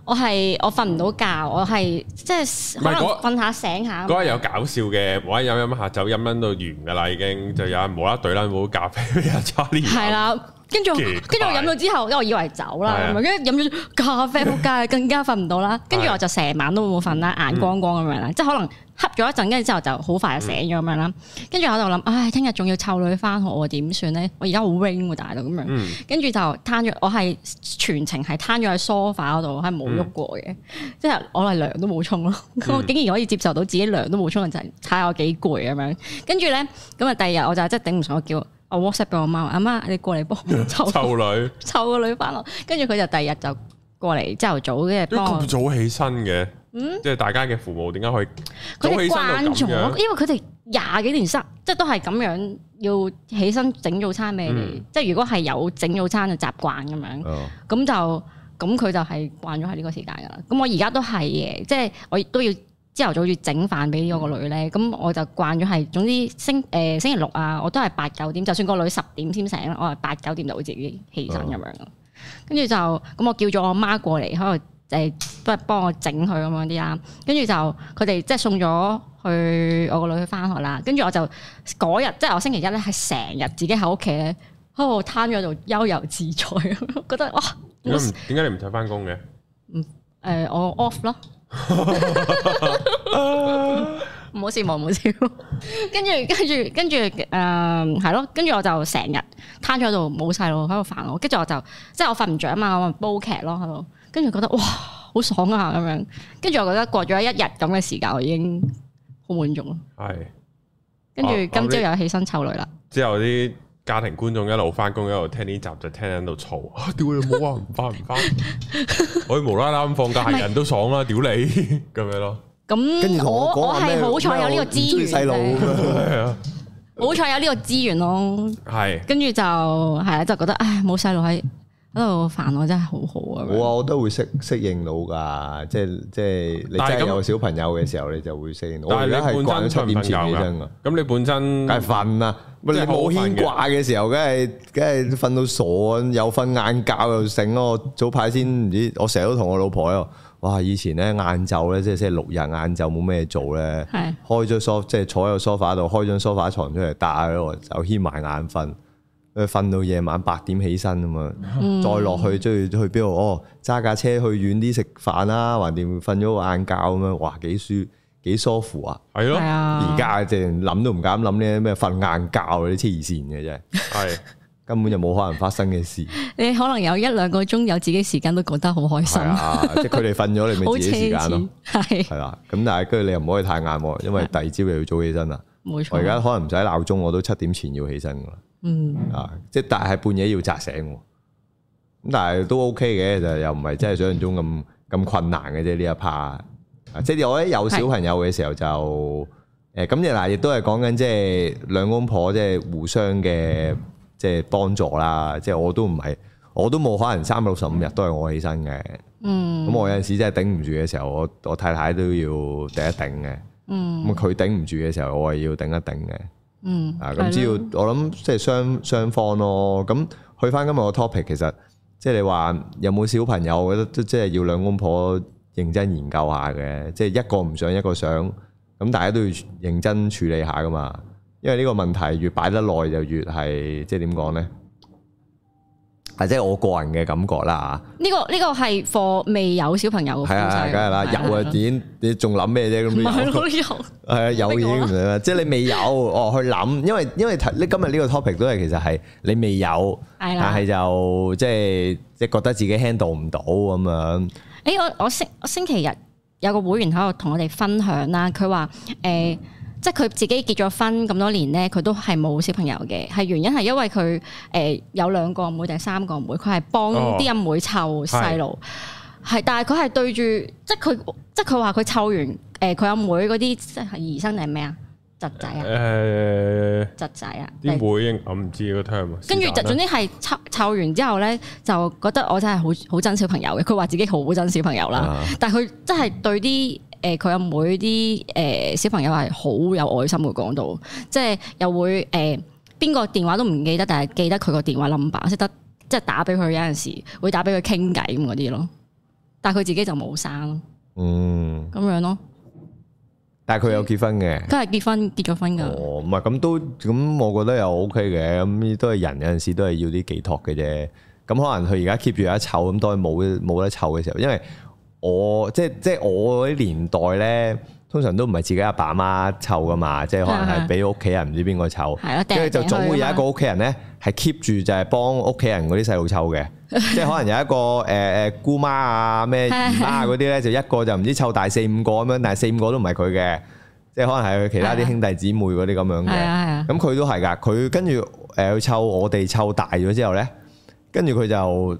[SPEAKER 2] 我係我瞓唔到覺，我係即係可能
[SPEAKER 1] 唔係嗰
[SPEAKER 2] 瞓下醒下。
[SPEAKER 1] 嗰日有搞笑嘅，我一飲飲下酒飲撚到完噶啦，已經就有人無啦啦懟撚冇咖啡俾阿 Charlie 飲。
[SPEAKER 2] 嗯 [LAUGHS] 係啦，跟住我
[SPEAKER 1] 奇怪
[SPEAKER 2] 跟住我飲咗之後，因為我以為酒啦，
[SPEAKER 1] 係啊
[SPEAKER 2] 咁樣跟住飲咗咖啡仆街，更加瞓唔到啦。跟住我就成晚都冇瞓啦，眼光光咁樣啦，即係可能瞌咗一陣，跟住之後就好快就醒咗咁樣啦。跟住我就諗，唉，聽日仲要湊女翻學，我點算咧？我而家好 wing 喎，大佬咁樣。 [LAUGHS]
[SPEAKER 1] 嗯，
[SPEAKER 2] 跟住就攤咗，我係全程係攤咗喺 sofa 嗰度，係冇
[SPEAKER 1] 嗯
[SPEAKER 2] 喐過嘅，即係我係涼都冇沖咯。咁、 [LAUGHS] 我竟然可以接受到自己涼都冇沖，就係睇下我幾攰咁樣。跟住咧，咁啊第二日我就真係頂唔順，我叫我 WhatsApp 俾我媽，阿媽你過嚟幫我
[SPEAKER 1] [LAUGHS]
[SPEAKER 2] 湊 [LAUGHS]
[SPEAKER 1] 臭女
[SPEAKER 2] 湊個女翻落。跟住佢就第二日就過嚟朝頭早嘅
[SPEAKER 1] 都
[SPEAKER 2] 幫我
[SPEAKER 1] 咁，早起身嘅，
[SPEAKER 2] 嗯
[SPEAKER 1] 即係大家嘅父母點解可以早
[SPEAKER 2] 佢哋
[SPEAKER 1] 起身
[SPEAKER 2] 慣
[SPEAKER 1] 到咁
[SPEAKER 2] 咗，
[SPEAKER 1] 樣？
[SPEAKER 2] 因為佢哋廿幾年生，即係都係咁樣要起身整早餐俾你哋。
[SPEAKER 1] 嗯
[SPEAKER 2] 即係如果係有整早餐嘅習慣咁樣。
[SPEAKER 3] 哦
[SPEAKER 2] 咁就咁佢就係慣咗喺呢個時間噶啦。咁我而家都係嘅，即係我都要朝頭早要整飯俾我個女咧。咁我就慣咗係，總之星誒、呃星期六啊，我都係八九點，就算個女十點先醒啦，我係八九點就會自己起身咁樣咯。跟住就咁，我叫咗我媽過嚟喺度誒，不係幫我整佢咁樣啲啦。跟住就佢哋即係送咗去我個女去翻學啦。跟住我就嗰日即係我星期一咧，係成日自己喺屋企咧喺度攤咗喺度悠遊自在，覺得哇
[SPEAKER 1] 點解唔點解你唔使翻工嘅？
[SPEAKER 2] 誒、呃我 off
[SPEAKER 3] [LAUGHS]
[SPEAKER 2] 咯，唔好笑我，唔好笑。跟住跟住跟住誒係咯，跟住我就成日攤咗喺度冇細路喺度煩我，跟住我就即係我瞓唔着啊嘛，我咪煲劇咯喺度，跟住覺得哇好爽啊咁樣，跟住我覺得過咗一日咁嘅時間，我已經好滿足咯。
[SPEAKER 1] 係
[SPEAKER 2] 跟
[SPEAKER 3] 啊
[SPEAKER 1] 哦
[SPEAKER 2] 住今朝又起身湊女啦。
[SPEAKER 1] 之後啲家庭觀眾一路翻工一路聽呢集就聽喺度嘈，啊屌你冇啊，唔翻唔
[SPEAKER 2] [LAUGHS]
[SPEAKER 1] 翻，我哋無啦啦咁放假，係人都爽啦，屌你咁樣咯，
[SPEAKER 3] 跟
[SPEAKER 2] 咁
[SPEAKER 3] 住
[SPEAKER 2] 我
[SPEAKER 3] 我
[SPEAKER 2] 我係好彩有呢個資源
[SPEAKER 3] 細路
[SPEAKER 2] 啫，
[SPEAKER 1] [LAUGHS]
[SPEAKER 3] 咁
[SPEAKER 1] 係啊，
[SPEAKER 2] 好彩有呢個資源咯。
[SPEAKER 1] 係
[SPEAKER 2] 跟住就係啦，就覺得唉冇細路喺喺度煩我真係好好啊。
[SPEAKER 3] 樣。我啊，我都會適適應到噶，即係即係你真
[SPEAKER 1] 但係咁
[SPEAKER 3] 係有小朋友嘅時候，你就會適應到。我
[SPEAKER 1] 但係
[SPEAKER 3] 而
[SPEAKER 1] 你
[SPEAKER 3] 家係慣
[SPEAKER 1] 本
[SPEAKER 3] 咗
[SPEAKER 1] 身
[SPEAKER 3] 七點前起
[SPEAKER 1] 瞓
[SPEAKER 3] 身
[SPEAKER 1] 唔瞓
[SPEAKER 3] 噶
[SPEAKER 1] 覺，咁你本身
[SPEAKER 3] 梗係瞓啦。喂
[SPEAKER 1] 即
[SPEAKER 3] 你
[SPEAKER 1] 係好
[SPEAKER 3] 冇牽
[SPEAKER 1] 瞓嘅
[SPEAKER 3] 掛嘅時候，梗係梗係瞓到傻，又瞓晏覺又醒咯。我早排先唔知，我成日都同我老婆喺度，哇！以前咧晏晝咧，即係即係六日晏晝冇咩做咧。
[SPEAKER 2] 係
[SPEAKER 3] 開咗 sofa 即係坐喺個 sofa 度，開張 sofa 床出嚟打喺度，就牽埋眼瞓，誒瞓到夜晚八點起身咁啊，再落去即係去邊度？哦，揸架車去遠啲食飯啦，橫掂瞓咗個晏覺咁樣，哇幾舒幾舒服啊！
[SPEAKER 1] 係
[SPEAKER 2] 係
[SPEAKER 1] 咯，
[SPEAKER 2] 啊，
[SPEAKER 3] 而家即係諗都唔敢諗呢啲咩瞓晏覺嗰啲黐線嘅真係，
[SPEAKER 1] 係
[SPEAKER 3] 根本就冇可能發生嘅事。
[SPEAKER 2] 你可能有一兩個鐘有自己時間都覺得好開心，
[SPEAKER 3] 係
[SPEAKER 2] 好
[SPEAKER 3] 啊，即係佢哋瞓咗，
[SPEAKER 2] [LAUGHS]
[SPEAKER 3] 你咪自己時
[SPEAKER 2] 奢
[SPEAKER 3] 間咯
[SPEAKER 2] 侈。，係
[SPEAKER 3] 係啦，咁但係跟住你又唔可以太晏喎，因為第二朝又要早起身啦。
[SPEAKER 2] 冇錯。
[SPEAKER 3] 我而家可能唔使鬧鐘，我都七點前要起身噶啦。
[SPEAKER 2] 嗯
[SPEAKER 3] 啊，即係但係半夜要扎醒喎，咁但係都 OK 嘅，就又唔係真係想象中咁咁困難嘅啫呢一 part。啊，即係我咧有小朋友嘅時候就誒咁，亦嗱亦都係講緊即係兩公婆即係互相嘅即係幫助啦。即係我都唔係，我都冇可能三百六十五日都係我起身嘅。
[SPEAKER 2] 嗯
[SPEAKER 3] 咁我有陣時真係頂唔住嘅時候，我我太太都要頂一頂嘅。
[SPEAKER 2] 嗯
[SPEAKER 3] 咁佢頂唔住嘅時候，我係要頂一頂嘅。
[SPEAKER 2] 嗯，
[SPEAKER 3] 啊，
[SPEAKER 2] 係
[SPEAKER 3] 咁只要
[SPEAKER 2] 咯
[SPEAKER 3] 我諗即係雙雙方咯。咁去翻今日個 topic，其實即係你話有冇小朋友，我覺得都即係要兩公婆認真研究下嘅。即係一個唔想，一個想，咁大家都要認真處理下噶嘛。因為呢個問題越擺得耐，就越係即係點講呢？啊，即係我個人嘅感覺啦啊
[SPEAKER 2] 呢個呢個係課未有小朋友嘅
[SPEAKER 3] 嚇，係啊，
[SPEAKER 2] 夫妻
[SPEAKER 3] 梗係啦，
[SPEAKER 2] 係
[SPEAKER 3] 有啊，
[SPEAKER 2] 係
[SPEAKER 3] 已經你仲諗咩啫？咁
[SPEAKER 2] [LAUGHS] 唔
[SPEAKER 3] 都
[SPEAKER 2] 係咯有。
[SPEAKER 3] 有係啊，有已經唔係啦，即係你未有，哦去諗，因為因為睇你今日呢個 topic 都係其實係你未有，
[SPEAKER 2] 係
[SPEAKER 3] 但
[SPEAKER 2] 啦
[SPEAKER 3] 係就即係即係覺得自己 handle 唔到咁樣，
[SPEAKER 2] 诶、我我星我星期日有個會員喺度同我哋分享啦，佢話诶，即係佢自己結咗婚咁多年咧，佢都係冇小朋友嘅，係原因係因為佢诶、有兩個阿妹定係三個阿妹，佢係幫
[SPEAKER 1] 哦
[SPEAKER 2] 啲阿妹湊細路，係、但係佢係對住，即係佢即係佢話佢湊完诶佢阿妹嗰啲即係兒生定係咩啊？侄仔啊，
[SPEAKER 1] 誒
[SPEAKER 2] 侄仔啊，
[SPEAKER 1] 啲妹應我唔知個 term 啊，
[SPEAKER 2] 跟住
[SPEAKER 1] 是
[SPEAKER 2] 就
[SPEAKER 1] 但啦
[SPEAKER 2] 總之係湊湊完之後咧，就覺得我真係好好憎小朋友嘅。佢話自己好憎小朋友啦，
[SPEAKER 3] 啊
[SPEAKER 2] 但係佢真係對啲誒佢阿妹啲誒、呃小朋友係好有愛心嘅講到，即係又會誒邊、個電話都唔記得，但係記得佢個電話 number，識得即係打俾佢有陣時會打俾佢傾偈咁嗰啲咯。但係佢自己就冇生咯，
[SPEAKER 3] 嗯，
[SPEAKER 2] 咁樣咯。
[SPEAKER 3] 但係佢有結婚嘅，
[SPEAKER 2] 佢係結婚結咗婚㗎，
[SPEAKER 3] 哦，唔係咁都咁，我覺得又 OK 嘅，咁都係人有陣時都係要啲寄託嘅啫。咁可能佢而家 keep 住有一湊，咁當然冇冇得湊嘅時候，因為我即係即係我嗰啲年代咧，通常都唔係自己阿爸阿媽湊噶嘛，即係可能係俾屋企人唔知邊個湊。
[SPEAKER 2] 係啊咯，
[SPEAKER 3] 跟住就總會有一個
[SPEAKER 2] 個
[SPEAKER 3] 屋企人咧，係 keep 住就係幫屋企人嗰啲細路湊嘅，即係可能有一個誒誒姑媽啊、咩姨媽嗰啲咧，就一個就唔知湊大四五個咁樣，但係四五個都唔係佢嘅，即係可能係佢其他啲兄弟姊妹嗰啲咁樣
[SPEAKER 2] 係啊係
[SPEAKER 3] 嘅。
[SPEAKER 2] 啊，
[SPEAKER 3] 咁佢都係㗎，佢跟住誒佢湊我哋湊大咗之後咧，跟住佢就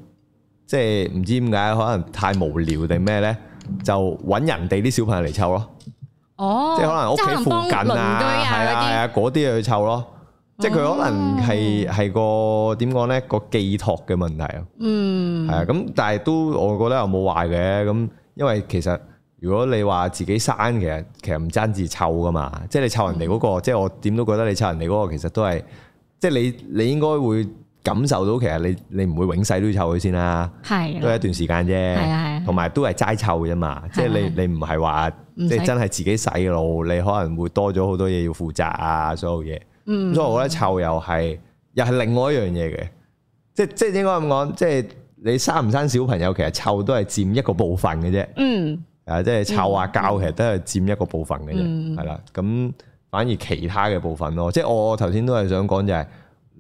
[SPEAKER 3] 即係唔知點解，可能太無聊定咩咧，就揾人哋啲小朋友嚟湊咯。
[SPEAKER 2] 哦，
[SPEAKER 3] 即係可能屋
[SPEAKER 2] 即係
[SPEAKER 3] 企附
[SPEAKER 2] 幫鄰
[SPEAKER 3] 近
[SPEAKER 2] 居
[SPEAKER 3] 啊，係啊係
[SPEAKER 2] 啊哦
[SPEAKER 3] 啊，嗰啲去湊咯。即係佢可能係係個點講咧個寄託嘅問題啊，
[SPEAKER 2] 嗰啲，嗯
[SPEAKER 3] 係，啊咁，但係都我覺得又冇壞嘅咁，因為其實如果你話自己生其實其實唔爭自湊噶嘛，即係你湊人
[SPEAKER 2] 嗯
[SPEAKER 3] 哋嗰、個，即係我點都覺得你湊人哋嗰個其實都係，即係你你應該會感受到其實你你唔會永世都要湊佢先啦，
[SPEAKER 2] 嗯係
[SPEAKER 3] 都
[SPEAKER 2] 啦
[SPEAKER 3] 係一段時間啫。
[SPEAKER 2] 係啊係啊
[SPEAKER 3] 同埋都係齋湊啫嘛，即係你你唔係話
[SPEAKER 2] 唔使
[SPEAKER 3] 即係真係自己細路，你可能會多咗好多嘢要負責啊，所有嘢。
[SPEAKER 2] 嗯
[SPEAKER 3] 咁所以我覺得湊又係又係另外一樣嘢嘅，即即係應該咁講，即係你生唔生小朋友，其實湊都係佔一個部分嘅啫，
[SPEAKER 2] 嗯。
[SPEAKER 3] 啊，即係湊下教其實都係佔一個部分嘅
[SPEAKER 2] 嗯
[SPEAKER 3] 啫，係啦、咁反而其他嘅部分咯，即係我頭先都係想講就係、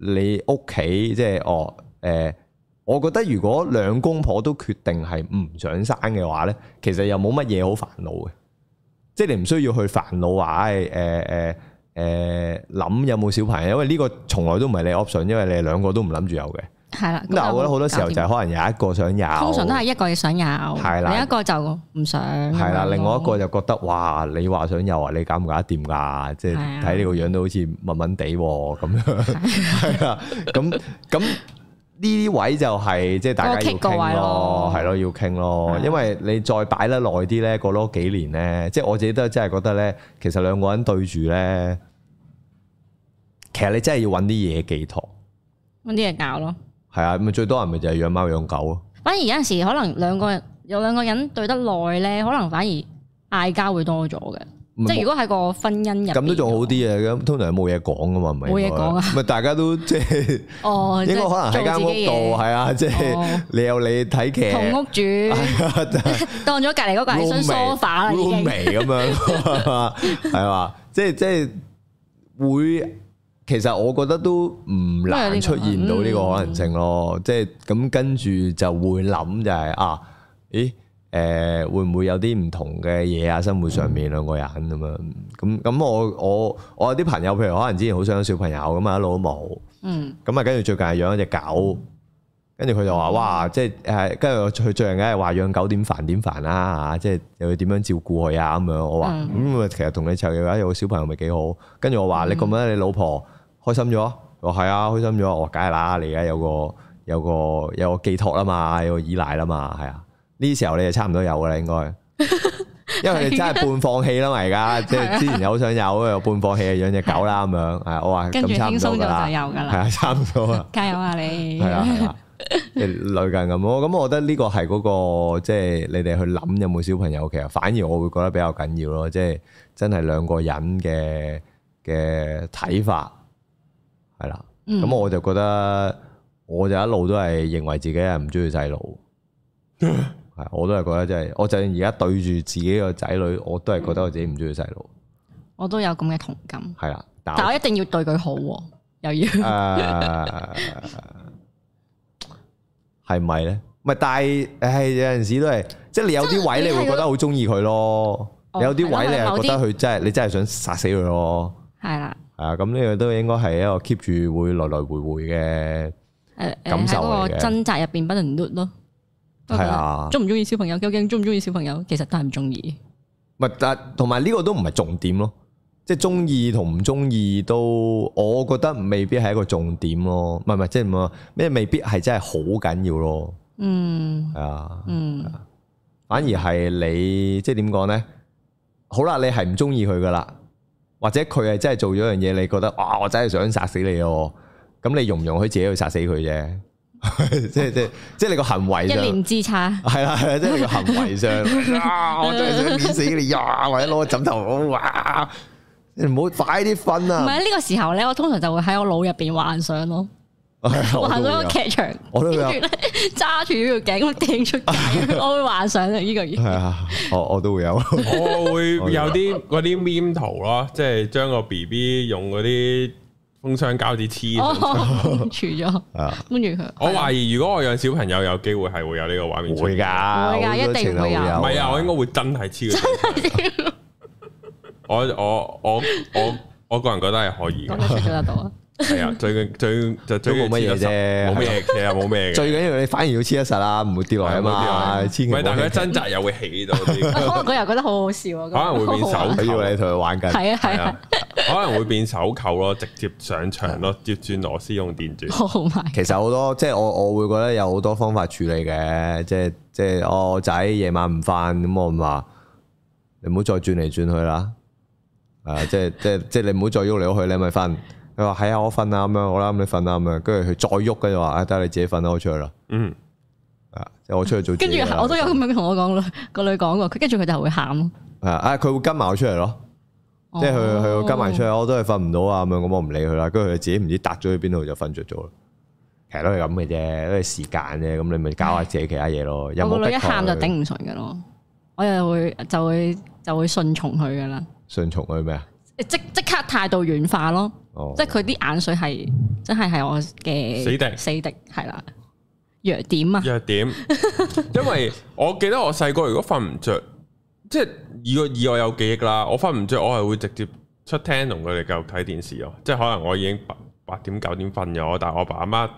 [SPEAKER 3] 你屋企即係哦誒、我覺得如果兩公婆都決定係唔想生嘅話咧，哎其實又冇乜嘢好煩惱嘅，即係你唔需要去煩惱話誒誒誒誒諗有冇小朋友，因為呢個從來都唔係你 option，因為你哋兩個都唔諗住有嘅。
[SPEAKER 2] 係啦。
[SPEAKER 3] 咁但係我覺得好多時候就
[SPEAKER 2] 係
[SPEAKER 3] 係可能有一個想有，
[SPEAKER 2] 通常都係一個想有，
[SPEAKER 3] 係啦
[SPEAKER 2] 另一個就唔想。
[SPEAKER 3] 係
[SPEAKER 2] 咁樣
[SPEAKER 3] 啦，
[SPEAKER 2] 咯
[SPEAKER 3] 另外一個就覺得哇，你話想有啊，你搞唔搞得掂㗎？即係
[SPEAKER 2] 係啊
[SPEAKER 3] 睇你個樣都好似問問地喎咁樣，係啊，咁咁呢啲位就係即係大家要
[SPEAKER 2] 嗰個棘個
[SPEAKER 3] 傾
[SPEAKER 2] 位
[SPEAKER 3] 咯
[SPEAKER 2] 咯，
[SPEAKER 3] 係咯，要傾咯
[SPEAKER 2] 係啊，
[SPEAKER 3] 因為你再擺得耐啲咧，過多幾年咧，即係我自己都真係覺得咧，其實兩個人對住咧，其實你真係要揾啲嘢寄託，
[SPEAKER 2] 搵啲嘢搞咯。
[SPEAKER 3] 係啊，咪最多人咪就係養貓養狗咯。
[SPEAKER 2] 反而有陣時可能兩個人有兩個人對得耐咧，可能反而嗌交會多咗嘅。即係如果喺個婚姻入邊
[SPEAKER 3] 咁都仲好啲嘅，咁通常冇嘢講噶嘛，唔係
[SPEAKER 2] 冇嘢
[SPEAKER 3] 應該
[SPEAKER 2] 講啊
[SPEAKER 3] 咪大
[SPEAKER 2] [LAUGHS]
[SPEAKER 3] 家都即係。
[SPEAKER 2] 哦，
[SPEAKER 3] 應該可能喺間
[SPEAKER 2] 間
[SPEAKER 3] 屋度，係啊，即 [LAUGHS] 係
[SPEAKER 2] 哦
[SPEAKER 3] 你有你睇劇，啊
[SPEAKER 2] 同屋
[SPEAKER 3] [LAUGHS]
[SPEAKER 2] 主當咗隔離嗰個係張
[SPEAKER 3] roommate-
[SPEAKER 2] 梳化啦，已經
[SPEAKER 3] roommate 咁樣，係嘛？即係即係會，其實我覺得都唔難出現到呢個可能性咯。即係咁跟住就會諗就係啊，咦？誒、會唔會有啲唔同嘅嘢啊？生活上面兩個人咁樣，咁咁我我我有啲朋友，譬如可能之前好想有小朋友咁啊，一路都冇。
[SPEAKER 2] 嗯，
[SPEAKER 3] 咁啊，跟住最近係養一隻狗，跟住佢就話：哇，即係誒，跟住佢最近梗係話養狗點煩點煩啦嚇，即係又要點樣照顧佢啊咁樣。我話：咁、嗯、其實同你湊嘅話，有個小朋友咪幾好。跟住
[SPEAKER 2] 嗯
[SPEAKER 3] 我話：你覺唔覺得你老婆開心咗？佢話：係啊，開心咗。我話：梗係啦，你而家有個有個有個寄託啦嘛，有個依賴啦嘛，係啊。呢時候你就差唔多有噶啦，
[SPEAKER 2] [LAUGHS]
[SPEAKER 3] 應該。因為你真係半放棄啦嘛，而家即係之前有好想有，又半放棄養只狗啦咁樣。係啊我話
[SPEAKER 2] 跟住
[SPEAKER 3] 咁差唔
[SPEAKER 2] 輕鬆
[SPEAKER 3] 多
[SPEAKER 2] 咗
[SPEAKER 3] 噶啦
[SPEAKER 2] 就。有㗎
[SPEAKER 3] 系
[SPEAKER 2] 啦，
[SPEAKER 3] 啊，差唔多啊，
[SPEAKER 2] 加油啊你！
[SPEAKER 3] 系啊，係啊，即係類近咁咯。咁我覺得呢個係嗰、個，即係你哋去諗有冇小朋友，其實反而我會覺得比較緊要咯。即係真係兩個人嘅嘅睇法係啦。
[SPEAKER 2] 嗯
[SPEAKER 3] 咁、我就覺得我就一路都係認為自己係唔中意細路，係啊我都係覺得即係，我就算而家對住自己個仔女，我都係覺得我自己唔中意細路，
[SPEAKER 2] 我都有咁嘅同感，
[SPEAKER 3] 係啦。但
[SPEAKER 2] 但我一定要對佢好喎，又要
[SPEAKER 3] 誒啊係咪咧？唔係，但係誒有陣時都係，即係你有啲位你會覺得好中意佢咯，
[SPEAKER 2] 哦
[SPEAKER 3] 有啲位
[SPEAKER 2] 係咯
[SPEAKER 3] 你
[SPEAKER 2] 係
[SPEAKER 3] 係
[SPEAKER 2] 某
[SPEAKER 3] 覺得佢真係你真係想殺死佢咯。
[SPEAKER 2] 係啦，
[SPEAKER 3] 係啊，咁呢個都應該係一個 keep 住會來來回回嘅，
[SPEAKER 2] 誒誒
[SPEAKER 3] 感
[SPEAKER 2] 呃喺
[SPEAKER 3] 受
[SPEAKER 2] 嗰
[SPEAKER 3] 嚟
[SPEAKER 2] 個
[SPEAKER 3] 嘅
[SPEAKER 2] 掙扎入邊不斷 l 咯，
[SPEAKER 3] 係啊
[SPEAKER 2] 中唔中意小朋友？究竟中唔中意小朋友？其實都係唔中意，
[SPEAKER 3] 唔係但同埋呢個都唔係重點咯。即係中意同唔中意都，我覺得未必係一個重點咯。唔係唔係，即係唔係咩未必係真係好緊要咯。
[SPEAKER 2] 嗯
[SPEAKER 3] 係啊。
[SPEAKER 2] 嗯，
[SPEAKER 3] 反而係你即係點講呢？好啦，你係唔中意佢噶啦，或者佢係真係做咗樣嘢，你覺得哇，我真係想殺死你哦！咁你容唔容許自己去殺死佢啫？ [LAUGHS] 即係即係即係你個行為
[SPEAKER 2] 一
[SPEAKER 3] 上
[SPEAKER 2] 念之差，
[SPEAKER 3] 係啦，係啦即係你個行
[SPEAKER 2] [LAUGHS]
[SPEAKER 3] 為上啊，我真係想碾死你呀！或者攞個枕頭哇，你唔好快啲瞓
[SPEAKER 2] 唔
[SPEAKER 3] 啊！
[SPEAKER 2] 係呢個時候咧，我通常就會喺我腦入邊幻想咯，
[SPEAKER 3] [LAUGHS] 我
[SPEAKER 2] 幻
[SPEAKER 3] 都
[SPEAKER 2] 想個
[SPEAKER 3] 會有
[SPEAKER 2] 劇場。
[SPEAKER 3] 我都會啊
[SPEAKER 2] 跟住
[SPEAKER 3] 有，
[SPEAKER 2] 咧揸住呢條頸咁掟出街，我會幻想呢個
[SPEAKER 3] [LAUGHS]
[SPEAKER 2] 嘢。
[SPEAKER 3] 係啊，我我都會有，
[SPEAKER 1] 我會
[SPEAKER 3] 我以為
[SPEAKER 1] 有啲嗰啲 meme 圖咯，即係將個 B B 用嗰啲封箱膠紙黐上去。
[SPEAKER 2] 哦，除咗
[SPEAKER 3] 啊
[SPEAKER 2] [LAUGHS] 搬住佢。
[SPEAKER 1] 我懷疑如果我養小朋友，有機會係會有呢個畫面出
[SPEAKER 3] 會
[SPEAKER 1] 現。
[SPEAKER 3] 㗎，
[SPEAKER 2] 會㗎
[SPEAKER 3] 好多
[SPEAKER 2] 一定
[SPEAKER 3] 情侶
[SPEAKER 2] 會有
[SPEAKER 1] 唔係啊，我應該會真係黐佢
[SPEAKER 2] [LAUGHS]
[SPEAKER 1] 上去。我我我我我個人覺得係可以
[SPEAKER 2] 咁
[SPEAKER 1] 嘅，
[SPEAKER 2] 就除咗得到
[SPEAKER 3] [LAUGHS]
[SPEAKER 2] 啊！
[SPEAKER 1] 係啊，最近最就最
[SPEAKER 3] 都冇乜嘢啫
[SPEAKER 1] 冇乜嘢其實冇
[SPEAKER 3] [LAUGHS]
[SPEAKER 1] 咩嘅。
[SPEAKER 3] 最緊要你反而要黐一實啦，唔會跌落嚟啊嘛，
[SPEAKER 1] 唔
[SPEAKER 3] 千祈唔好
[SPEAKER 1] 係，但係佢
[SPEAKER 3] 輕
[SPEAKER 1] 掙扎又會起到啲，
[SPEAKER 2] 可能佢又哦覺得好好笑啊！
[SPEAKER 1] 可能會變手
[SPEAKER 2] 手。
[SPEAKER 3] 佢要你同佢玩緊，
[SPEAKER 2] 係啊係
[SPEAKER 1] 係
[SPEAKER 2] 啊
[SPEAKER 1] 啊，可能會變手扣咯，直接上場咯，接轉螺絲用電轉。
[SPEAKER 2] ，Oh my！
[SPEAKER 3] 其實好多即係我我會覺得有好多方法處理嘅，即係即係我仔夜晚唔瞓咁，我咪話你唔好再轉嚟轉去啦，啊即係即係即係你唔好再喐嚟喐去，你咪瞓。佢話係啊，我瞓啊咁樣，好啦咁你瞓啦咁樣，跟住佢再喐跟住話啊得你自己瞓啦，我出去啦，
[SPEAKER 1] 嗯，
[SPEAKER 3] 啊即係我出去做自
[SPEAKER 2] 跟
[SPEAKER 3] 己
[SPEAKER 2] 住
[SPEAKER 3] 嘢啦。
[SPEAKER 2] 我都有咁樣同我講個女講過，佢跟住佢就會喊咯。
[SPEAKER 3] 啊啊佢會跟埋我出嚟咯。
[SPEAKER 2] 哦
[SPEAKER 3] 即係佢佢會跟埋出去，我都係瞓唔到啊咁樣，咁我唔理佢啦。跟住佢自己唔知搭咗去邊度就瞓着咗啦。其實都係咁嘅啫，都係時間啫。咁你咪搞下自己其他嘢咯。有
[SPEAKER 2] 我
[SPEAKER 3] 冇
[SPEAKER 2] 個
[SPEAKER 3] 逼
[SPEAKER 2] 女一喊就
[SPEAKER 3] 佢
[SPEAKER 2] 頂唔順噶咯，我又會就會就會順從佢噶啦，
[SPEAKER 3] 順從佢咩啊？
[SPEAKER 2] 即即刻態度軟化咯。
[SPEAKER 3] 哦，
[SPEAKER 2] 即係佢啲眼水係真係係我嘅
[SPEAKER 1] 死敵
[SPEAKER 2] 死敵係啦，弱點啊，
[SPEAKER 1] 弱點，因為我記得我細個如果瞓唔着，即係以我以我有記憶啦，我瞓唔着，我係會直接出廳同佢哋繼續睇電視咯。即係可能我已經八八點九點瞓咗，但係我爸阿媽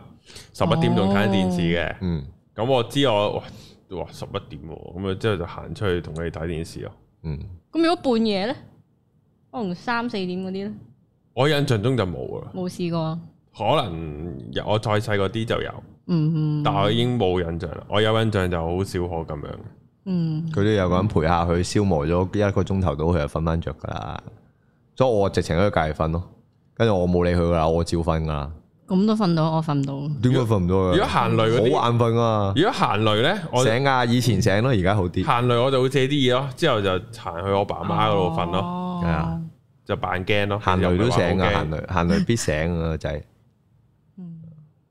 [SPEAKER 1] 十
[SPEAKER 2] 哦
[SPEAKER 1] 一點仲睇緊電視嘅。
[SPEAKER 3] 嗯
[SPEAKER 1] 咁我知我哇哇十一點喎，咁啊之後就行出去同佢哋睇電視咯。
[SPEAKER 3] 嗯，
[SPEAKER 2] 咁如果半夜咧，可能三四點嗰啲咧，
[SPEAKER 1] 我印象中就冇啦，
[SPEAKER 2] 冇試過。
[SPEAKER 1] 可能有我再細嗰啲就有，
[SPEAKER 2] 嗯
[SPEAKER 1] 但我已經冇印象啦。我有印象就好少可咁樣。
[SPEAKER 2] 嗯，
[SPEAKER 3] 佢都有個人陪下佢，消磨咗一個鐘頭到，佢就瞓翻着噶啦。所以我直情喺度隔離瞓咯，跟住我冇理佢噶啦，我照瞓噶啦。
[SPEAKER 2] 咁都瞓到，我瞓唔到。
[SPEAKER 3] 點解瞓唔到
[SPEAKER 1] 如果
[SPEAKER 3] 啊？
[SPEAKER 1] 行雷嗰啲，
[SPEAKER 3] 好眼瞓啊！
[SPEAKER 1] 如果行雷咧，我
[SPEAKER 3] 醒啊！以前醒咯，而家好啲。
[SPEAKER 1] 行雷我就會借啲嘢咯，之後就行去我爸媽嗰度瞓咯，
[SPEAKER 2] 咯
[SPEAKER 3] 係啊。
[SPEAKER 1] 就扮驚咯。
[SPEAKER 3] 行雷都醒啊！
[SPEAKER 1] 又唔係話好
[SPEAKER 3] 行
[SPEAKER 1] 驚，
[SPEAKER 3] 雷行雷必醒啊！仔，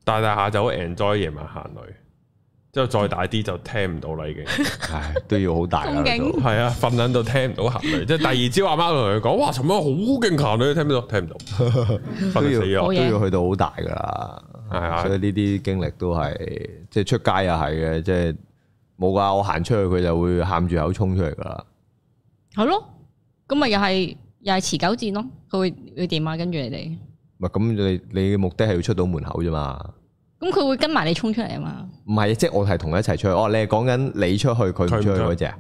[SPEAKER 1] 大大下就好 enjoy 夜晚行雷，之後再大啲就聽唔到
[SPEAKER 3] [LAUGHS]
[SPEAKER 1] 啦已經。
[SPEAKER 3] 唉，都要好大啦
[SPEAKER 2] 咁勁
[SPEAKER 3] 都。
[SPEAKER 1] 係啊，瞓撚到聽唔到行雷，即係第二朝阿媽同佢講：，哇，尋晚好勁行雷，聽唔到，聽
[SPEAKER 3] [LAUGHS]
[SPEAKER 1] 唔到，瞓
[SPEAKER 3] 都
[SPEAKER 1] 到
[SPEAKER 3] 要
[SPEAKER 1] 死
[SPEAKER 2] 嗯好
[SPEAKER 1] 咗。
[SPEAKER 2] 嘢
[SPEAKER 3] 都要去到好大噶啦，
[SPEAKER 1] 係啊
[SPEAKER 3] 所以呢啲經歷都係即係出街又係嘅，即係冇噶，我行出去佢就會喊住口衝出嚟噶啦，
[SPEAKER 2] 系咯，咁咪又係又係持久戰咯。佢會會點啊？跟住你哋，
[SPEAKER 3] 唔係咁你你嘅目的係要出到門口啫嘛，
[SPEAKER 2] 咁佢會跟埋你衝出嚟啊嘛。
[SPEAKER 3] 唔係即係我係同佢一齊出去，哦你係講緊你出去佢唔出去
[SPEAKER 1] 佢唔出
[SPEAKER 3] 嗰只啊，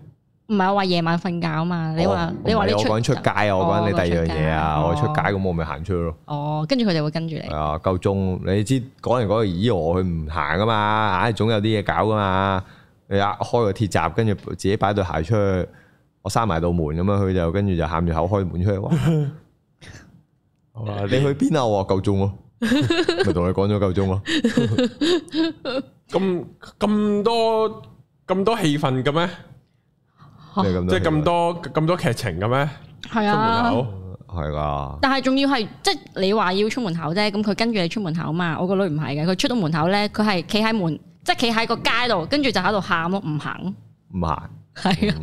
[SPEAKER 2] 唔係我話夜晚瞓覺啊嘛。你話
[SPEAKER 3] 哦
[SPEAKER 2] 你話
[SPEAKER 3] 唔
[SPEAKER 2] 你
[SPEAKER 3] 係我
[SPEAKER 2] 出
[SPEAKER 3] 講出街啊，我講緊你第二樣嘢啊，
[SPEAKER 2] 哦
[SPEAKER 3] 我出街咁我咪行出去咯，
[SPEAKER 2] 哦，跟住佢就會跟住你
[SPEAKER 3] 係。啊夠鐘，你知講嚟講去，咦我佢唔行噶嘛，唉總有啲嘢搞噶嘛，你啊開個鐵閘，跟住自己擺對鞋出去。我閂埋道門咁樣，佢就跟住就喊住口開門出去，哇！
[SPEAKER 1] 好啦
[SPEAKER 3] 你去邊啊？我話夠鐘咯，
[SPEAKER 1] [LAUGHS]
[SPEAKER 3] 咪同你講咗夠鐘咯。
[SPEAKER 1] 咁咁多咁多氣氛嘅咩？
[SPEAKER 2] 哦
[SPEAKER 3] 即係咁，
[SPEAKER 1] 即係咁，多咁多劇情嘅咩？
[SPEAKER 2] 係
[SPEAKER 1] 出門
[SPEAKER 2] 啊。
[SPEAKER 1] 口
[SPEAKER 3] 係噶，
[SPEAKER 2] 但係仲要係即係你話要出門口啫，咁佢跟住你出門口嘛。我個女唔係嘅，佢出到門口咧，佢係企喺門，即係企喺個街度，跟住就喺度喊咯，唔行。
[SPEAKER 3] 唔行。
[SPEAKER 2] [LAUGHS]
[SPEAKER 3] 嗯
[SPEAKER 2] 係啊，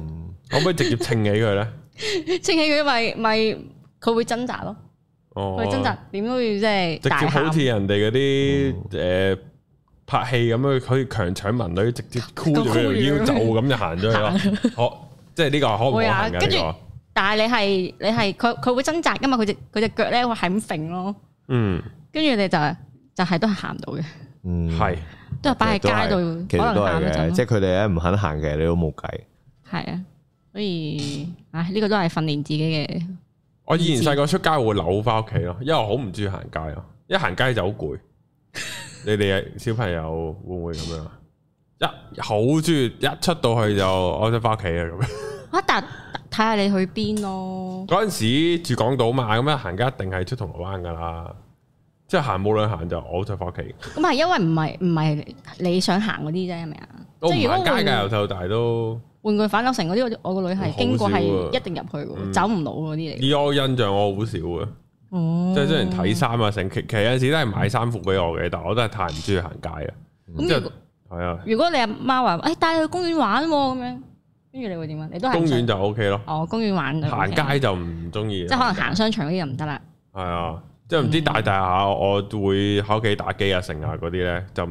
[SPEAKER 1] 可唔可以直接稱起佢咧？
[SPEAKER 2] 清起佢咪咪佢會掙扎咯，
[SPEAKER 1] 哦，
[SPEAKER 2] 佢掙扎點都要即係
[SPEAKER 1] 直
[SPEAKER 2] 大
[SPEAKER 1] 接好
[SPEAKER 2] 喊。
[SPEAKER 1] 似人哋嗰啲诶拍戲咁樣，佢可以強搶民女，
[SPEAKER 2] [LAUGHS]
[SPEAKER 1] 直接箍住佢條腰就咁就行咗去咯。可即係呢個可唔可
[SPEAKER 2] 會
[SPEAKER 1] 行
[SPEAKER 2] 啊
[SPEAKER 1] 嘅
[SPEAKER 2] 跟住
[SPEAKER 1] 呢個？
[SPEAKER 2] 但係你係你係佢佢會掙扎噶嘛？佢只佢只腳咧會係咁揈咯，
[SPEAKER 1] 嗯，
[SPEAKER 2] 跟住你就就係都係行唔到嘅，
[SPEAKER 3] 嗯，
[SPEAKER 1] 係
[SPEAKER 2] 都係擺喺街
[SPEAKER 3] 其
[SPEAKER 2] 度可
[SPEAKER 3] 實
[SPEAKER 2] 能
[SPEAKER 3] 都
[SPEAKER 2] 喊
[SPEAKER 3] 係
[SPEAKER 2] 一陣
[SPEAKER 3] 嘅，
[SPEAKER 2] 咯
[SPEAKER 3] 即係佢哋咧唔肯行嘅，你都冇計。
[SPEAKER 2] 係啊，所以唉呢個都係訓練自己嘅。
[SPEAKER 1] 我以前細個出街會扭翻屋企咯，因為我好唔中意行街咯，一行街就好
[SPEAKER 2] [LAUGHS]
[SPEAKER 1] 攰。你哋小朋友會唔會咁樣啊？一好中意一出到去就我想翻屋企啊咁樣。
[SPEAKER 2] 啊，但睇下你去邊咯。
[SPEAKER 1] 嗰陣時住港島嘛，咁樣行街一定係出銅鑼灣噶啦，即係行冇兩行就我好想翻屋企。
[SPEAKER 2] 咁係因為唔係唔係你想行嗰啲啫，係咪啊？
[SPEAKER 1] 我唔
[SPEAKER 2] 即係如
[SPEAKER 1] 行
[SPEAKER 2] 果
[SPEAKER 1] 街㗎，
[SPEAKER 2] 換
[SPEAKER 1] 由細到大都。
[SPEAKER 2] 玩具反斗城嗰啲，我我個女
[SPEAKER 1] 好少
[SPEAKER 2] 係
[SPEAKER 1] 啊
[SPEAKER 2] 經過係一定入去嘅喎，走唔到嗰啲嚟嘅。
[SPEAKER 1] 以我印象，我好少嘅，
[SPEAKER 2] 哦
[SPEAKER 1] 即係雖然睇衫啊，成其其實有陣時都係買衫服俾我嘅，但我都係太唔中意行街啊。即
[SPEAKER 2] 咁如
[SPEAKER 1] 係
[SPEAKER 2] 果
[SPEAKER 1] 係啊，
[SPEAKER 2] 如果你阿媽話，誒帶你去公園玩喎咁樣，跟住你會點啊？你都係
[SPEAKER 1] 公
[SPEAKER 2] 唔想
[SPEAKER 1] 園就 O K 咯，
[SPEAKER 2] 哦，公園玩就 OK
[SPEAKER 1] 行街就唔中意。啊
[SPEAKER 2] 即係可嗯能行商場嗰啲就唔得啦。
[SPEAKER 1] 係啊，即係唔知大大下，我會喺屋企打機啊、成啊嗰啲咧，就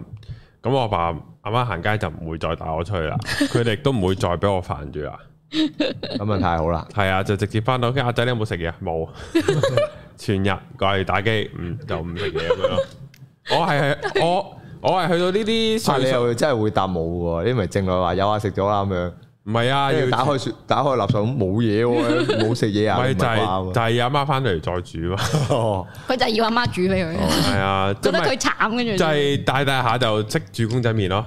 [SPEAKER 1] 咁我爸阿媽行街就唔會再帶我出去啦，佢哋都唔會再俾我煩住啦。
[SPEAKER 3] 咁啊太好啦，
[SPEAKER 1] 係啊，就直接翻到屋企。阿仔，你有冇食嘢啊？冇， [LAUGHS] 全日過去打機，嗯，就唔食嘢咁樣咯。我係我我係去到呢啲
[SPEAKER 3] 啊你
[SPEAKER 1] 歲數，
[SPEAKER 3] 又真係會答冇喎，你咪正話話有啊食咗啦咁樣，
[SPEAKER 1] 唔係啊，
[SPEAKER 3] 跟
[SPEAKER 1] 要
[SPEAKER 3] 住打開雪打開垃圾桶冇
[SPEAKER 1] [LAUGHS]
[SPEAKER 3] 嘢喎，冇食嘢啊，
[SPEAKER 1] 咪
[SPEAKER 3] 唔係
[SPEAKER 1] 就係
[SPEAKER 3] 啩
[SPEAKER 1] 就係阿媽翻嚟再煮嘛。
[SPEAKER 3] 哦
[SPEAKER 2] 佢就係要阿媽煮俾佢，
[SPEAKER 1] 係啊，即
[SPEAKER 2] [LAUGHS] 覺得
[SPEAKER 1] 係
[SPEAKER 2] 佢慘，跟住
[SPEAKER 1] 就係大大下就識煮公仔麵咯。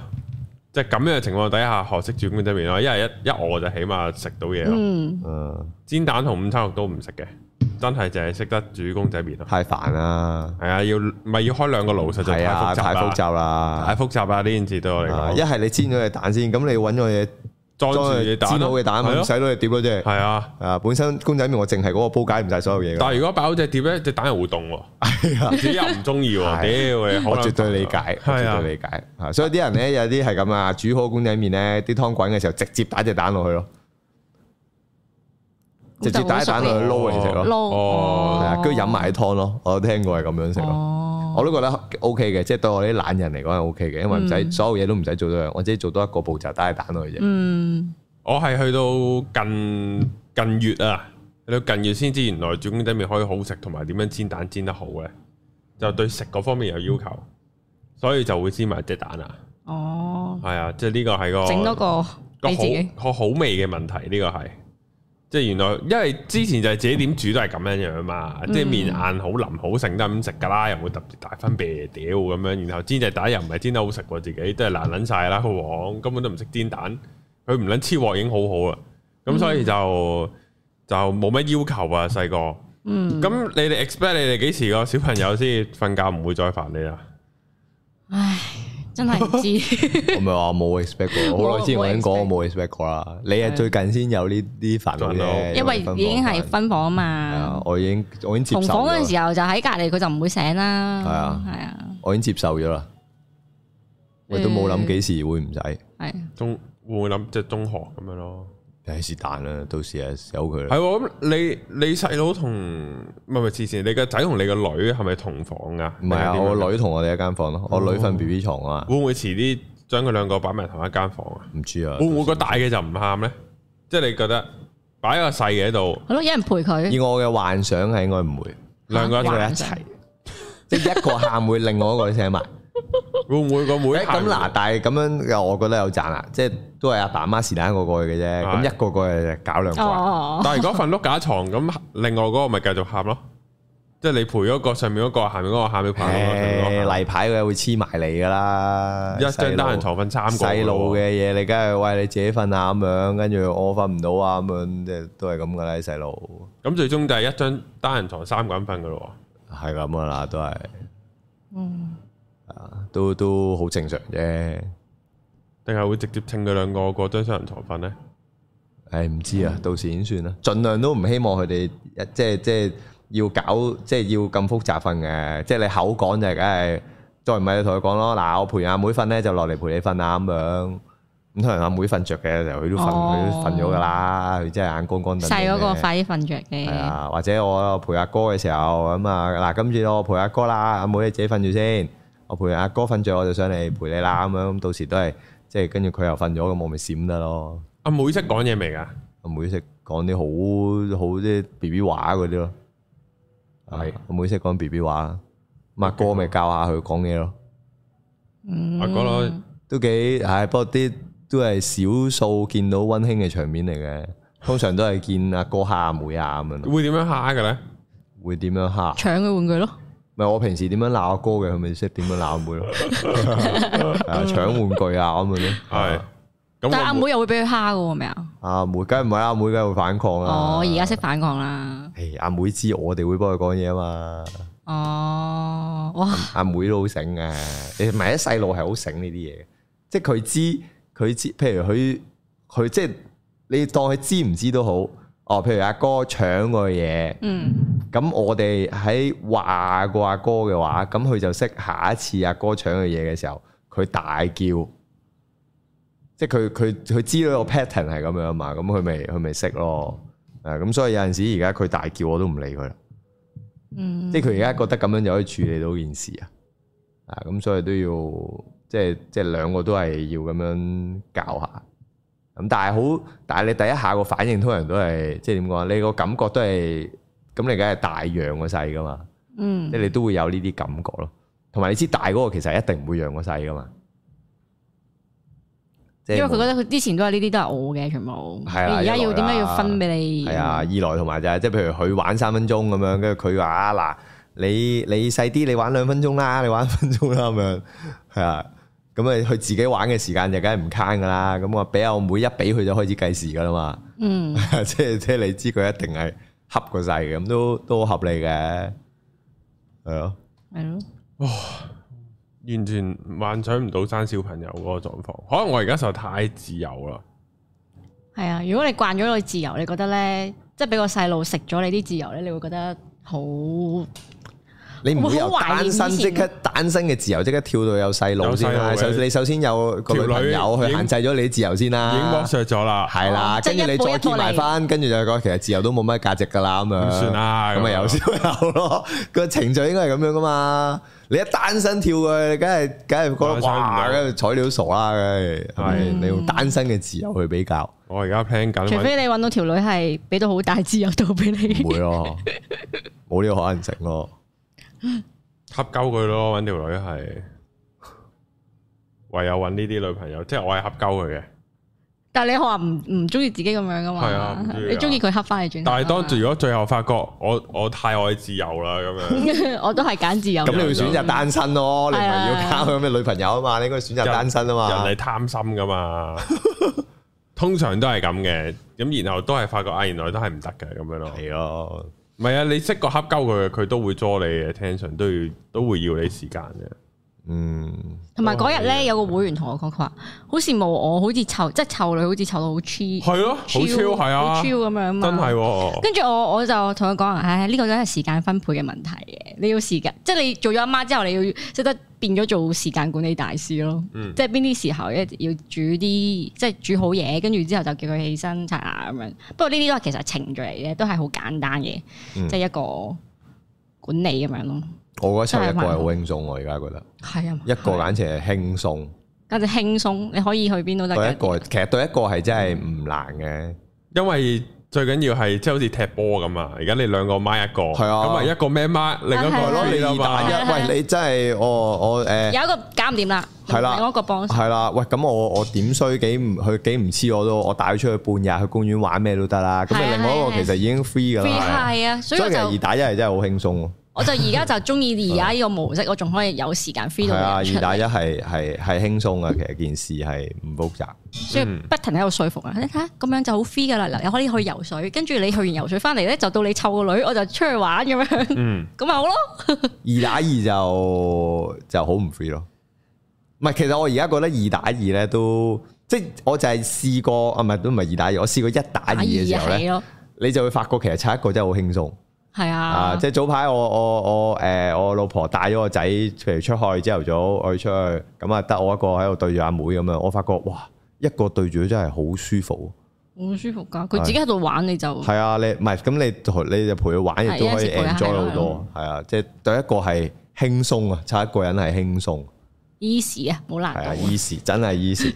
[SPEAKER 1] 即係咁樣嘅情況底下，學識煮公仔麵咯。因為一一餓就起碼食到嘢咯。
[SPEAKER 2] 嗯
[SPEAKER 3] [LAUGHS] 嗯，
[SPEAKER 1] 煎蛋同午餐肉都唔食嘅，真係淨係識得煮公仔麵咯。
[SPEAKER 3] 太煩啦，
[SPEAKER 1] 係啊，要咪要開兩個爐，實在
[SPEAKER 3] 係
[SPEAKER 1] 太複雜
[SPEAKER 3] 啊，太複
[SPEAKER 1] 啦。
[SPEAKER 3] 雜
[SPEAKER 1] 太
[SPEAKER 3] 啦。
[SPEAKER 1] 複雜啦！呢件事對我嚟
[SPEAKER 3] 啊一
[SPEAKER 1] 講，
[SPEAKER 3] 係你煎咗隻蛋先，咁你揾咗嘢
[SPEAKER 1] 裝住
[SPEAKER 3] 裝
[SPEAKER 1] 嘅
[SPEAKER 3] 佢
[SPEAKER 1] 蛋
[SPEAKER 3] 煎好
[SPEAKER 1] 咯
[SPEAKER 3] 嘅蛋，
[SPEAKER 1] 係
[SPEAKER 3] 唔
[SPEAKER 1] 咯
[SPEAKER 3] 使攞去碟嗰啫。
[SPEAKER 1] 係啊。
[SPEAKER 3] 啊，本身公仔麵我淨係嗰個煲解唔晒所有嘢㗎
[SPEAKER 1] 但係如果擺好隻碟咧，隻蛋又會凍喎，
[SPEAKER 3] 係啊，
[SPEAKER 1] 自己又唔中意喎，
[SPEAKER 3] 係啊
[SPEAKER 1] 屌你！
[SPEAKER 3] 我絕對理解，我
[SPEAKER 1] 係
[SPEAKER 3] 絕
[SPEAKER 1] 啊，
[SPEAKER 3] 對理解。啊，所以啲人咧有啲係咁啊，煮好公仔麵咧，啲湯滾嘅時候直接打隻蛋落去咯，直接打隻蛋落去撈嚟食
[SPEAKER 2] 撈
[SPEAKER 3] 咯，係
[SPEAKER 1] 哦
[SPEAKER 3] 啊，跟住飲埋啲湯咯。我聽過係咁樣食啊咯，
[SPEAKER 2] 哦，
[SPEAKER 3] 我都覺得 O K 嘅，即係對我哋啲懶人嚟講係 O K 嘅，因為唔
[SPEAKER 2] 嗯
[SPEAKER 3] 使所有嘢都唔使做多樣，我只係做多一個步驟打隻蛋落去啫。
[SPEAKER 2] 嗯
[SPEAKER 1] 我係去到近近月啊，你到近月先知原來煮公仔麵可以好食，同埋點樣煎蛋煎得好咧，就對食嗰方面有要求，所以就會煎埋隻蛋啊。
[SPEAKER 2] 哦，
[SPEAKER 1] 係啊，即係呢個係個
[SPEAKER 2] 整多個
[SPEAKER 1] 個
[SPEAKER 2] 俾自己，
[SPEAKER 1] 好個好味嘅問題，呢個係即係原來，因為之前就係自己點煮都係咁樣樣嘛，
[SPEAKER 2] 嗯
[SPEAKER 1] 即係面硬好腍好剩得咁食㗎啦，又冇特別大分別屌咁樣，然後煎隻蛋又唔係煎得好食喎，自己都係爛撚晒啦個黃，根本都唔識煎蛋，佢唔撚黐鑊已經好好啦，咁所以就、就冇乜要求啊細個，咁、
[SPEAKER 2] 嗯，
[SPEAKER 1] 你哋 expect 你哋幾時個小朋友先瞓覺唔會再煩你啊啦？
[SPEAKER 2] 唉，真係唔知，
[SPEAKER 3] 我咪話冇 expect
[SPEAKER 2] 啊
[SPEAKER 3] 過，好耐之前我已經講我冇 expect 過啦。你係最近先有呢啲煩惱
[SPEAKER 1] 煩惱
[SPEAKER 3] 啫，
[SPEAKER 2] 因為已經係分房啊
[SPEAKER 3] 係
[SPEAKER 2] 嘛
[SPEAKER 3] 啊，。我已經我已經
[SPEAKER 2] 同
[SPEAKER 3] 接受
[SPEAKER 2] 房嗰陣
[SPEAKER 3] 咗啦，
[SPEAKER 2] 時啊候就喺隔離，佢就唔會醒啦。
[SPEAKER 3] 係啊
[SPEAKER 2] 係啊，
[SPEAKER 3] 我已經接受咗啦。我都冇
[SPEAKER 2] 嗯
[SPEAKER 3] 諗幾時會唔使，
[SPEAKER 2] 係啊。
[SPEAKER 1] 中會唔會諗即係中學咁樣咯？
[SPEAKER 3] 唉是但啦，到時啊由佢
[SPEAKER 1] 系
[SPEAKER 3] 啦。
[SPEAKER 1] 喎，咁你你细佬同唔係唔係之前你個仔同你個女係咪同房噶？
[SPEAKER 3] 唔係啊，
[SPEAKER 1] 定係點
[SPEAKER 3] 我女同我哋一間房咯，我女
[SPEAKER 1] 哦
[SPEAKER 3] 瞓 B B 床啊，
[SPEAKER 1] 會唔會遲啲將佢兩個擺埋同一間房啊？
[SPEAKER 3] 唔知啊
[SPEAKER 1] 會。唔會個大嘅就唔喊咧？即係你覺得擺個細嘅喺度，
[SPEAKER 2] 係咯，有人陪佢。啊
[SPEAKER 3] 以我嘅幻想係應該唔會，
[SPEAKER 1] 兩個一
[SPEAKER 3] 因為
[SPEAKER 1] 齊，
[SPEAKER 3] 一齊，即係一個喊會另外一個醒埋。
[SPEAKER 1] 會唔會個妹
[SPEAKER 3] 咁
[SPEAKER 1] 喊
[SPEAKER 3] 嗱，但係咁樣又我覺得有賺啦，即係都係阿爸媽是但一個過去嘅啫，咁
[SPEAKER 1] 係
[SPEAKER 3] 一個過去就搞兩個啊。
[SPEAKER 2] 哦，
[SPEAKER 1] 但係如果瞓碌架床咁，另外嗰個咪繼續喊咯。即係你陪嗰個上面嗰個，下面嗰個，下面嗰個下面嗰個上面嗰個
[SPEAKER 3] 誒
[SPEAKER 1] 喊，
[SPEAKER 3] 例牌嘅會黐埋你噶啦，
[SPEAKER 1] 一張單人床瞓三個喎。
[SPEAKER 3] 細路嘅嘢，你梗係喂你自己瞓啊咁樣，跟住我瞓唔到啊咁樣，即係都係咁噶啦，啲細路
[SPEAKER 1] 咁最終就係一張單人床三個人瞓噶咯
[SPEAKER 3] 係咁噶啦，都係
[SPEAKER 2] 嗯，
[SPEAKER 3] 都都好正常啫。
[SPEAKER 1] 喎，定係會直接稱佢兩個過張雙人床瞓咧？
[SPEAKER 3] 唉，唔知
[SPEAKER 2] 嗯
[SPEAKER 3] 啊，到時點算啦。盡量都唔希望佢哋一即係即係要搞，即係要咁複雜瞓嘅。即係你口講就係梗係，再唔係你同佢講咯。嗱，我陪阿妹瞓咧，就落嚟陪你瞓啊咁樣。咁通常阿妹瞓着嘅時候，佢都瞓，
[SPEAKER 2] 哦
[SPEAKER 3] 佢都瞓咗噶啦。佢真係眼光光頓頓嘅。
[SPEAKER 2] 細嗰個快啲瞓着
[SPEAKER 3] 係
[SPEAKER 2] 嘅。
[SPEAKER 3] 啊，或者我陪阿哥嘅時候咁啊，嗱，今次我陪阿哥啦，阿妹你自己瞓住先，我陪阿哥瞓着，我就上嚟陪你啦。咁樣咁到時都係即係跟住佢又瞓咗，咁我咪閃得咯。
[SPEAKER 1] 阿妹識講嘢未㗎？
[SPEAKER 3] 阿妹識講啲好好啲 B B 話嗰啲咯，啊
[SPEAKER 1] 係
[SPEAKER 3] 阿妹識講 B B 話啦，咁阿哥咪教下佢講嘢咯，
[SPEAKER 2] 嗯
[SPEAKER 1] 阿哥咯
[SPEAKER 3] 都幾唉，不過啲都係少數見到温馨嘅場面嚟嘅，通常都係見阿哥蝦阿妹啊咁樣咯，
[SPEAKER 1] 會點樣蝦嘅咧？
[SPEAKER 3] 會點樣蝦？
[SPEAKER 2] 搶佢玩具咯。
[SPEAKER 3] 唔係我平時點樣鬧阿哥嘅，佢咪識點樣鬧阿妹
[SPEAKER 1] [LAUGHS]
[SPEAKER 3] 咯，啊搶玩具啊咁樣咯，
[SPEAKER 1] 係咁
[SPEAKER 2] 但係
[SPEAKER 1] 我
[SPEAKER 2] 阿妹又會俾佢蝦嘅喎，係咪啊？
[SPEAKER 3] 阿妹梗係唔係啦阿妹梗係會反抗啦，
[SPEAKER 2] 哦，而家識反抗啦。
[SPEAKER 3] 唉阿妹知我哋會幫佢講嘢啊嘛。
[SPEAKER 2] 哦，哇，
[SPEAKER 3] 阿妹都好醒嘅，你唔係啲細路係好醒呢啲嘢嘅，即係佢知佢知，譬如佢佢即係你當佢知唔知都好，哦，譬如阿哥搶個嘢，
[SPEAKER 2] 嗯，
[SPEAKER 3] 咁我哋喺話過阿哥嘅話，咁佢就識下一次阿哥搶嘅嘢嘅時候，佢大叫，即係佢佢佢知道個 pattern 係咁樣嘛，咁佢咪佢咪識咯，誒咁所以有陣時而家佢大叫我都唔理佢啦。
[SPEAKER 2] 嗯，
[SPEAKER 3] 即係佢而家覺得咁樣就可以處理到件事啊，啊咁所以都要即係即係兩個都係要咁樣教下，咁但係好，但係你第一下個反應通常都係即係點講啊？你個感覺都係咁，你梗係大讓個細噶嘛，
[SPEAKER 2] 嗯
[SPEAKER 3] 即係你都會有呢啲感覺咯。同埋你知大嗰個其實一定唔會讓個細噶嘛，即係
[SPEAKER 2] 因為佢覺得佢之前都係呢啲都係我嘅全部，你
[SPEAKER 3] 係啦啊
[SPEAKER 2] 而家要
[SPEAKER 3] 一來啦
[SPEAKER 2] 點解要分俾你？
[SPEAKER 3] 係啊，二來同埋就係即係譬如佢玩三分鐘咁樣，跟住佢話啊嗱，你你細啲，你玩兩分鐘啦，你玩一分鐘啦咁樣，係啊，咁啊佢自己玩嘅時間就梗係唔慳噶啦，咁我啊俾阿妹一俾佢就開始計時噶啦嘛， [LAUGHS]
[SPEAKER 2] 嗯，
[SPEAKER 3] 即係即係你知佢一定係恰個細嘅，咁都都好合理嘅，係咯，
[SPEAKER 2] 係咯，
[SPEAKER 1] 完全幻想唔到生小朋友嗰個狀況，可能我而家實在太自由啦。
[SPEAKER 2] 係啊。如果你慣咗你自由，你覺得咧，即係俾個細路食咗你啲自由咧，你會覺得好
[SPEAKER 3] 你唔會由
[SPEAKER 2] 我好懷念
[SPEAKER 3] 單身
[SPEAKER 2] 以
[SPEAKER 3] 即
[SPEAKER 2] 前
[SPEAKER 3] 刻單身嘅自由即刻跳到有細路先啦。
[SPEAKER 1] 有細
[SPEAKER 3] 首
[SPEAKER 1] 路嘅
[SPEAKER 3] 你首先有個女朋
[SPEAKER 1] 條女
[SPEAKER 3] 友
[SPEAKER 1] 已
[SPEAKER 3] 去
[SPEAKER 1] 經
[SPEAKER 3] 限制咗你自由先
[SPEAKER 1] 已經
[SPEAKER 3] 啦
[SPEAKER 1] 剝，削咗啦，
[SPEAKER 3] 啊係啦，
[SPEAKER 2] 哦即係
[SPEAKER 3] 跟住你
[SPEAKER 2] 一步一
[SPEAKER 3] 再
[SPEAKER 2] 步
[SPEAKER 3] 結埋
[SPEAKER 2] 嚟
[SPEAKER 3] 婚，跟住就講其實自由都冇乜價值㗎啦咁樣。
[SPEAKER 1] 咁算啦
[SPEAKER 3] 啊咁
[SPEAKER 1] 咁
[SPEAKER 3] 咪
[SPEAKER 1] 樣
[SPEAKER 3] 有先有咯。個程序應該係咁樣噶嘛。你一單身跳佢，你梗係梗係覺
[SPEAKER 1] 單
[SPEAKER 3] 得
[SPEAKER 1] 身唔
[SPEAKER 3] 哇，
[SPEAKER 1] 到
[SPEAKER 3] 梗係睬你都傻啦，梗係係咪？你用單身嘅自由去比
[SPEAKER 2] [LAUGHS]
[SPEAKER 3] 較，
[SPEAKER 1] 我而家 plan 緊
[SPEAKER 2] 除
[SPEAKER 1] 搵
[SPEAKER 2] 非你揾到條女係俾到好大自由度俾你，
[SPEAKER 3] 唔會咯，冇呢個可能性咯。
[SPEAKER 1] 恰鳩佢咯，搵條女係， [LAUGHS] 唯有搵呢啲女朋友，即係我係恰鳩佢嘅。
[SPEAKER 2] 嗯但係你話唔唔中意自己咁樣噶嘛？
[SPEAKER 1] 係啊唔中意啊
[SPEAKER 2] 你中意佢黑翻你轉頭
[SPEAKER 1] 但
[SPEAKER 2] 啊嘛。
[SPEAKER 1] 係當如果最後發覺我我太愛自由啦咁樣，
[SPEAKER 2] [LAUGHS] 我都係揀自由。
[SPEAKER 3] 咁你會選擇單身咯，你唔係
[SPEAKER 2] 係啊
[SPEAKER 3] 要交佢咩女朋友啊嘛？你應該選擇單 [LAUGHS] 身啊嘛。
[SPEAKER 1] 人係貪心噶
[SPEAKER 3] [LAUGHS]
[SPEAKER 1] 嘛，通常都係咁嘅。咁然後都係發覺啊，原來都係唔得嘅咁樣咯。
[SPEAKER 3] 係咯，
[SPEAKER 1] 唔係啊，你識個恰鳩佢嘅，佢都會 draw 你嘅 attention，都要都會要你時間嘅。
[SPEAKER 3] 嗯，
[SPEAKER 1] 哦
[SPEAKER 2] 同埋嗰日
[SPEAKER 1] 啊
[SPEAKER 2] 咧，有個會員同我講，佢話好羨慕我，好似湊即係湊女，好似湊到好 chill，
[SPEAKER 1] 係咯，好超係啊，
[SPEAKER 2] 好 chill
[SPEAKER 1] 真
[SPEAKER 2] 咁啊樣嘛。
[SPEAKER 1] 係喎。
[SPEAKER 2] 跟住我我就同佢講話，唉，呢個都係時間分配嘅問題嘅，你要時間，即係你做咗阿媽之後，你要識得變咗做時間管理大師咯。
[SPEAKER 1] 嗯
[SPEAKER 2] 即係邊啲時候咧要煮啲，即係煮好嘢，跟住之後就叫佢起身刷牙咁樣。不過呢啲都係其實係程序嚟嘅，都係好簡單嘅，
[SPEAKER 3] 嗯
[SPEAKER 2] 即係一個管理咁樣咯。
[SPEAKER 3] 我覺得湊一個係好輕鬆，我而家覺得
[SPEAKER 2] 係啊，
[SPEAKER 3] 一個簡直係輕鬆，
[SPEAKER 2] 簡直輕鬆，你可以去邊都得
[SPEAKER 3] 對一
[SPEAKER 2] 嘅。
[SPEAKER 3] 個其實對一個係真係唔難嘅。
[SPEAKER 1] 因為最緊要係即係好似踢波咁啊！而家你兩個孖一個，
[SPEAKER 3] 係啊
[SPEAKER 1] 咁咪一個咩孖，另一個
[SPEAKER 2] 係
[SPEAKER 3] 係咯，
[SPEAKER 2] 啊
[SPEAKER 1] 攞
[SPEAKER 3] 你
[SPEAKER 1] 你啊
[SPEAKER 3] 二
[SPEAKER 1] 嘛
[SPEAKER 3] 打。
[SPEAKER 2] 係啊
[SPEAKER 3] 一，喂，你真係我我誒
[SPEAKER 2] 有一個搞唔掂啦，
[SPEAKER 3] 係啦
[SPEAKER 2] 另一個幫手。
[SPEAKER 3] 係啦，喂，咁我我點衰幾唔佢幾唔黐我都，我帶佢出去半日去公園玩咩都得啦。咁
[SPEAKER 2] 係
[SPEAKER 3] 你
[SPEAKER 2] 啊
[SPEAKER 3] 另外一
[SPEAKER 2] 係啊係啊
[SPEAKER 3] 個其實已經 free 㗎啦，
[SPEAKER 2] 係啊，所
[SPEAKER 3] 所
[SPEAKER 2] 以
[SPEAKER 3] 以
[SPEAKER 2] 我
[SPEAKER 3] 其實二
[SPEAKER 2] 就
[SPEAKER 3] 打一係真係好輕鬆喎。
[SPEAKER 2] 我就而家就中意而家呢個模式，我仲可以有時間 free
[SPEAKER 3] 係
[SPEAKER 2] 到
[SPEAKER 3] 啊，
[SPEAKER 2] 人出
[SPEAKER 3] 二打一
[SPEAKER 2] 嚟，
[SPEAKER 3] 係係係輕鬆啊，其實件事係唔複雜。
[SPEAKER 2] 所以不停喺度說服啊！你睇下咁樣就好 free 噶啦，嗱，又可以去游水，跟住你去完游水翻嚟咧，就到你湊個女，我就出去玩咁
[SPEAKER 3] [LAUGHS]
[SPEAKER 2] 樣，
[SPEAKER 1] 嗯，
[SPEAKER 2] 咁咪好咯。
[SPEAKER 3] 二打二就就好唔 free 咯。唔係，其實我而家覺得二打二咧都即係我就係試過啊，唔係都唔係二打二，我試過一打二嘅時候
[SPEAKER 2] 係
[SPEAKER 3] 咧，
[SPEAKER 2] 咯，
[SPEAKER 3] 你就會發覺其實差一個真係好輕鬆。
[SPEAKER 2] 係
[SPEAKER 3] 啊！
[SPEAKER 2] 啊
[SPEAKER 3] 即，係早排我我我誒、我老婆帶咗個仔，譬如出去朝頭早我哋出去，咁啊得我一個喺度對住阿妹咁樣，我發覺哇，一個對住佢真係好舒服。
[SPEAKER 2] 好舒服噶。佢自己喺度玩你就
[SPEAKER 3] 啊係啊，你唔係咁你同你就陪佢玩，亦都可
[SPEAKER 2] 係有陣時
[SPEAKER 3] 以
[SPEAKER 2] 陪
[SPEAKER 3] enjoy
[SPEAKER 2] 下
[SPEAKER 3] 好多。係啊，即係對一個係輕鬆啊，差一個人係輕鬆，
[SPEAKER 2] easy 啊，冇難
[SPEAKER 3] [LAUGHS] 係啊
[SPEAKER 2] 度。
[SPEAKER 3] ，easy 真係 easy，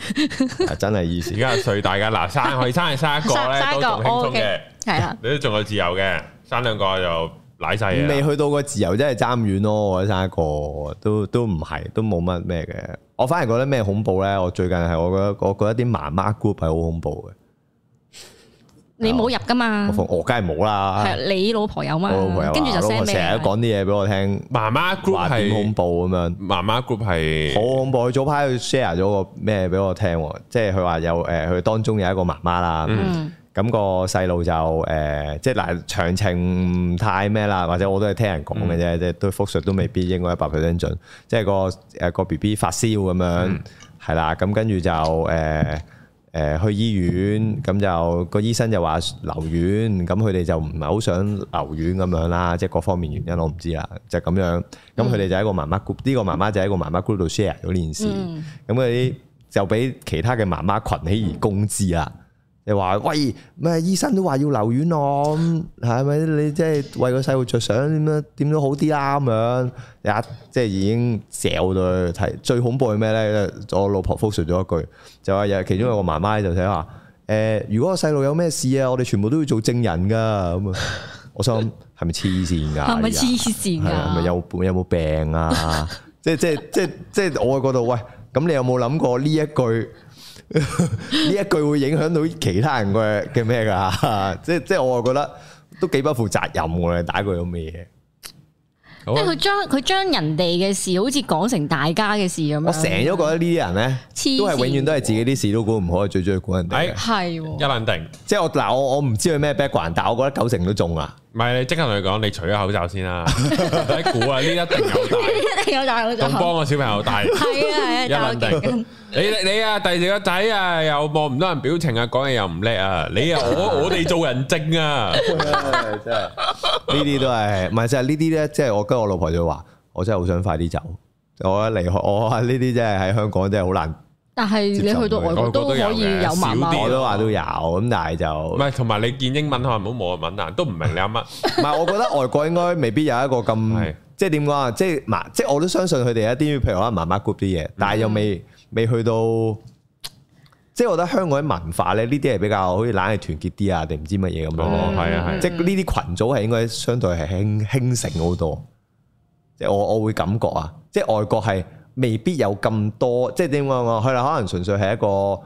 [SPEAKER 3] 係啊真係 easy
[SPEAKER 1] 而。家係最大嘅嗱，生可以生係生一個
[SPEAKER 2] 生
[SPEAKER 1] 咧，
[SPEAKER 2] 生
[SPEAKER 1] 都
[SPEAKER 2] 一個
[SPEAKER 1] 仲輕鬆嘅
[SPEAKER 2] OK，係啦，
[SPEAKER 1] 你都仲有自由嘅，生兩個就奶晒嘢
[SPEAKER 3] 未
[SPEAKER 1] 啦。
[SPEAKER 3] 去到個自由真係爭咁遠咯，我覺得生一個都都唔係，都冇乜咩嘅。我反而覺得咩恐怖咧？我最近係我覺得我覺得啲媽媽 group 係好恐怖嘅。
[SPEAKER 2] 你冇入噶嘛
[SPEAKER 3] 我，放我梗係冇啦，
[SPEAKER 2] 嗯係你老婆有嘛
[SPEAKER 3] 我老婆，又
[SPEAKER 2] 跟住
[SPEAKER 3] 話，
[SPEAKER 2] 就啊
[SPEAKER 3] 我老
[SPEAKER 2] send
[SPEAKER 3] 婆
[SPEAKER 2] 俾
[SPEAKER 3] 成日
[SPEAKER 2] 你
[SPEAKER 3] 都講啲嘢俾我聽，
[SPEAKER 1] 媽媽
[SPEAKER 3] 話
[SPEAKER 1] group
[SPEAKER 3] 點恐
[SPEAKER 1] 係
[SPEAKER 3] 怖咁樣。
[SPEAKER 1] 媽媽 group 係
[SPEAKER 3] 好啊恐怖！佢早排佢 share 咗個咩俾我聽喎，即係佢話有誒，佢、當中有一個媽媽啦，咁、
[SPEAKER 2] 嗯
[SPEAKER 3] 個細路就誒、即係嗱詳情唔太咩啦，或者我都係聽人講嘅啫，即係都復述都未必應該一百 percent 準，即係個誒、個 B B 發燒咁樣，係啦、咁跟住就誒。誒去醫院，咁就個醫生就話留院，咁佢哋就唔係好想留院咁樣啦，即係各方面原因我唔知啦，就咁樣。咁佢哋就喺個媽媽 group，呢個媽媽就喺個媽媽 group 度 share 咗呢件事，
[SPEAKER 2] 嗯
[SPEAKER 3] 咁嗰啲就俾其他嘅媽媽群起而攻之啦。就話喂，咩醫生都話要留院咯，咁係咪？你即係為個細路着想點樣點都好啲啦咁樣。呀，即係已經嚼到佢睇，最恐怖係咩咧？我老婆復述咗一句，就話有其中有個媽媽就寫話：誒、如果個細路有咩事啊，我哋全部都要做證人噶咁啊！我心諗係咪黐線
[SPEAKER 2] [LAUGHS]
[SPEAKER 3] 㗎？
[SPEAKER 2] 係咪
[SPEAKER 3] 而家
[SPEAKER 2] 黐線
[SPEAKER 3] 啊係啊，咪
[SPEAKER 2] 㗎？
[SPEAKER 3] 有有冇病啊？ [LAUGHS] 即即即即我嗰度喂，咁你有冇諗過呢一句 [LAUGHS] 呢一句會影響到其他人嘅嘅咩噶？ [LAUGHS] 即即我啊覺得都幾不負責任喎！你打佢咁嘅嘢，
[SPEAKER 1] 好
[SPEAKER 2] 即係
[SPEAKER 1] 啊
[SPEAKER 2] 佢將佢將人哋嘅事好似講成大家嘅事咁樣。
[SPEAKER 3] 我成日都覺得呢啲人咧，
[SPEAKER 2] 黐線
[SPEAKER 3] 都係永遠都係自己啲事都估唔好，最中意估人哋嘅。
[SPEAKER 1] 哎
[SPEAKER 2] 係喎
[SPEAKER 1] 一撚定，
[SPEAKER 3] 即我嗱，我我唔知佢咩 background，但我覺得九成都中啊！
[SPEAKER 1] 唔係你即刻同佢講，你除咗口罩先
[SPEAKER 3] [LAUGHS]
[SPEAKER 1] 啦，唔使估啊，呢一定有戴，
[SPEAKER 2] 一定有戴口罩。
[SPEAKER 1] [LAUGHS] 仲幫個小朋友
[SPEAKER 3] [LAUGHS]
[SPEAKER 1] 戴。
[SPEAKER 2] 係啊
[SPEAKER 1] 一
[SPEAKER 2] 係啊，
[SPEAKER 1] 撚
[SPEAKER 2] 戴口罩
[SPEAKER 1] 定。你你你啊，第二個仔啊，又望唔到人表情啊，講嘢又唔叻啊，你啊，
[SPEAKER 3] [LAUGHS]
[SPEAKER 1] 我我哋做人精啊，
[SPEAKER 3] 真系呢啲都係，唔係即係呢啲咧，即係我跟我老婆就話，我真係好想快啲走。我一離開，我話呢啲真係喺香港真係好難，
[SPEAKER 2] 但係你去到外國都可以有媽
[SPEAKER 1] 少啲
[SPEAKER 2] 媽
[SPEAKER 1] 啊
[SPEAKER 3] 我都話都有，咁但係就
[SPEAKER 1] 唔
[SPEAKER 3] 唔
[SPEAKER 1] 係，同埋你見英文可能唔好冇日文啊，都唔明你啱乜，
[SPEAKER 3] 係，我覺得外國應該未必有一個
[SPEAKER 1] 係
[SPEAKER 3] 咁，即係點講啊？即係嗱，即係我都相信佢哋一啲，譬如可能媽媽 group 啲嘢，但係又未未去到，即係我覺得香港啲文化咧，呢啲係比較好似懶係團結啲啊，定唔知乜嘢咁樣咯。
[SPEAKER 1] 哦，係啊係，
[SPEAKER 3] 即係呢啲群組係應該相對係興興盛好多。即係我我會感覺啊，即係外國係未必有咁多，即係點講啊？佢哋可能純粹係一個誒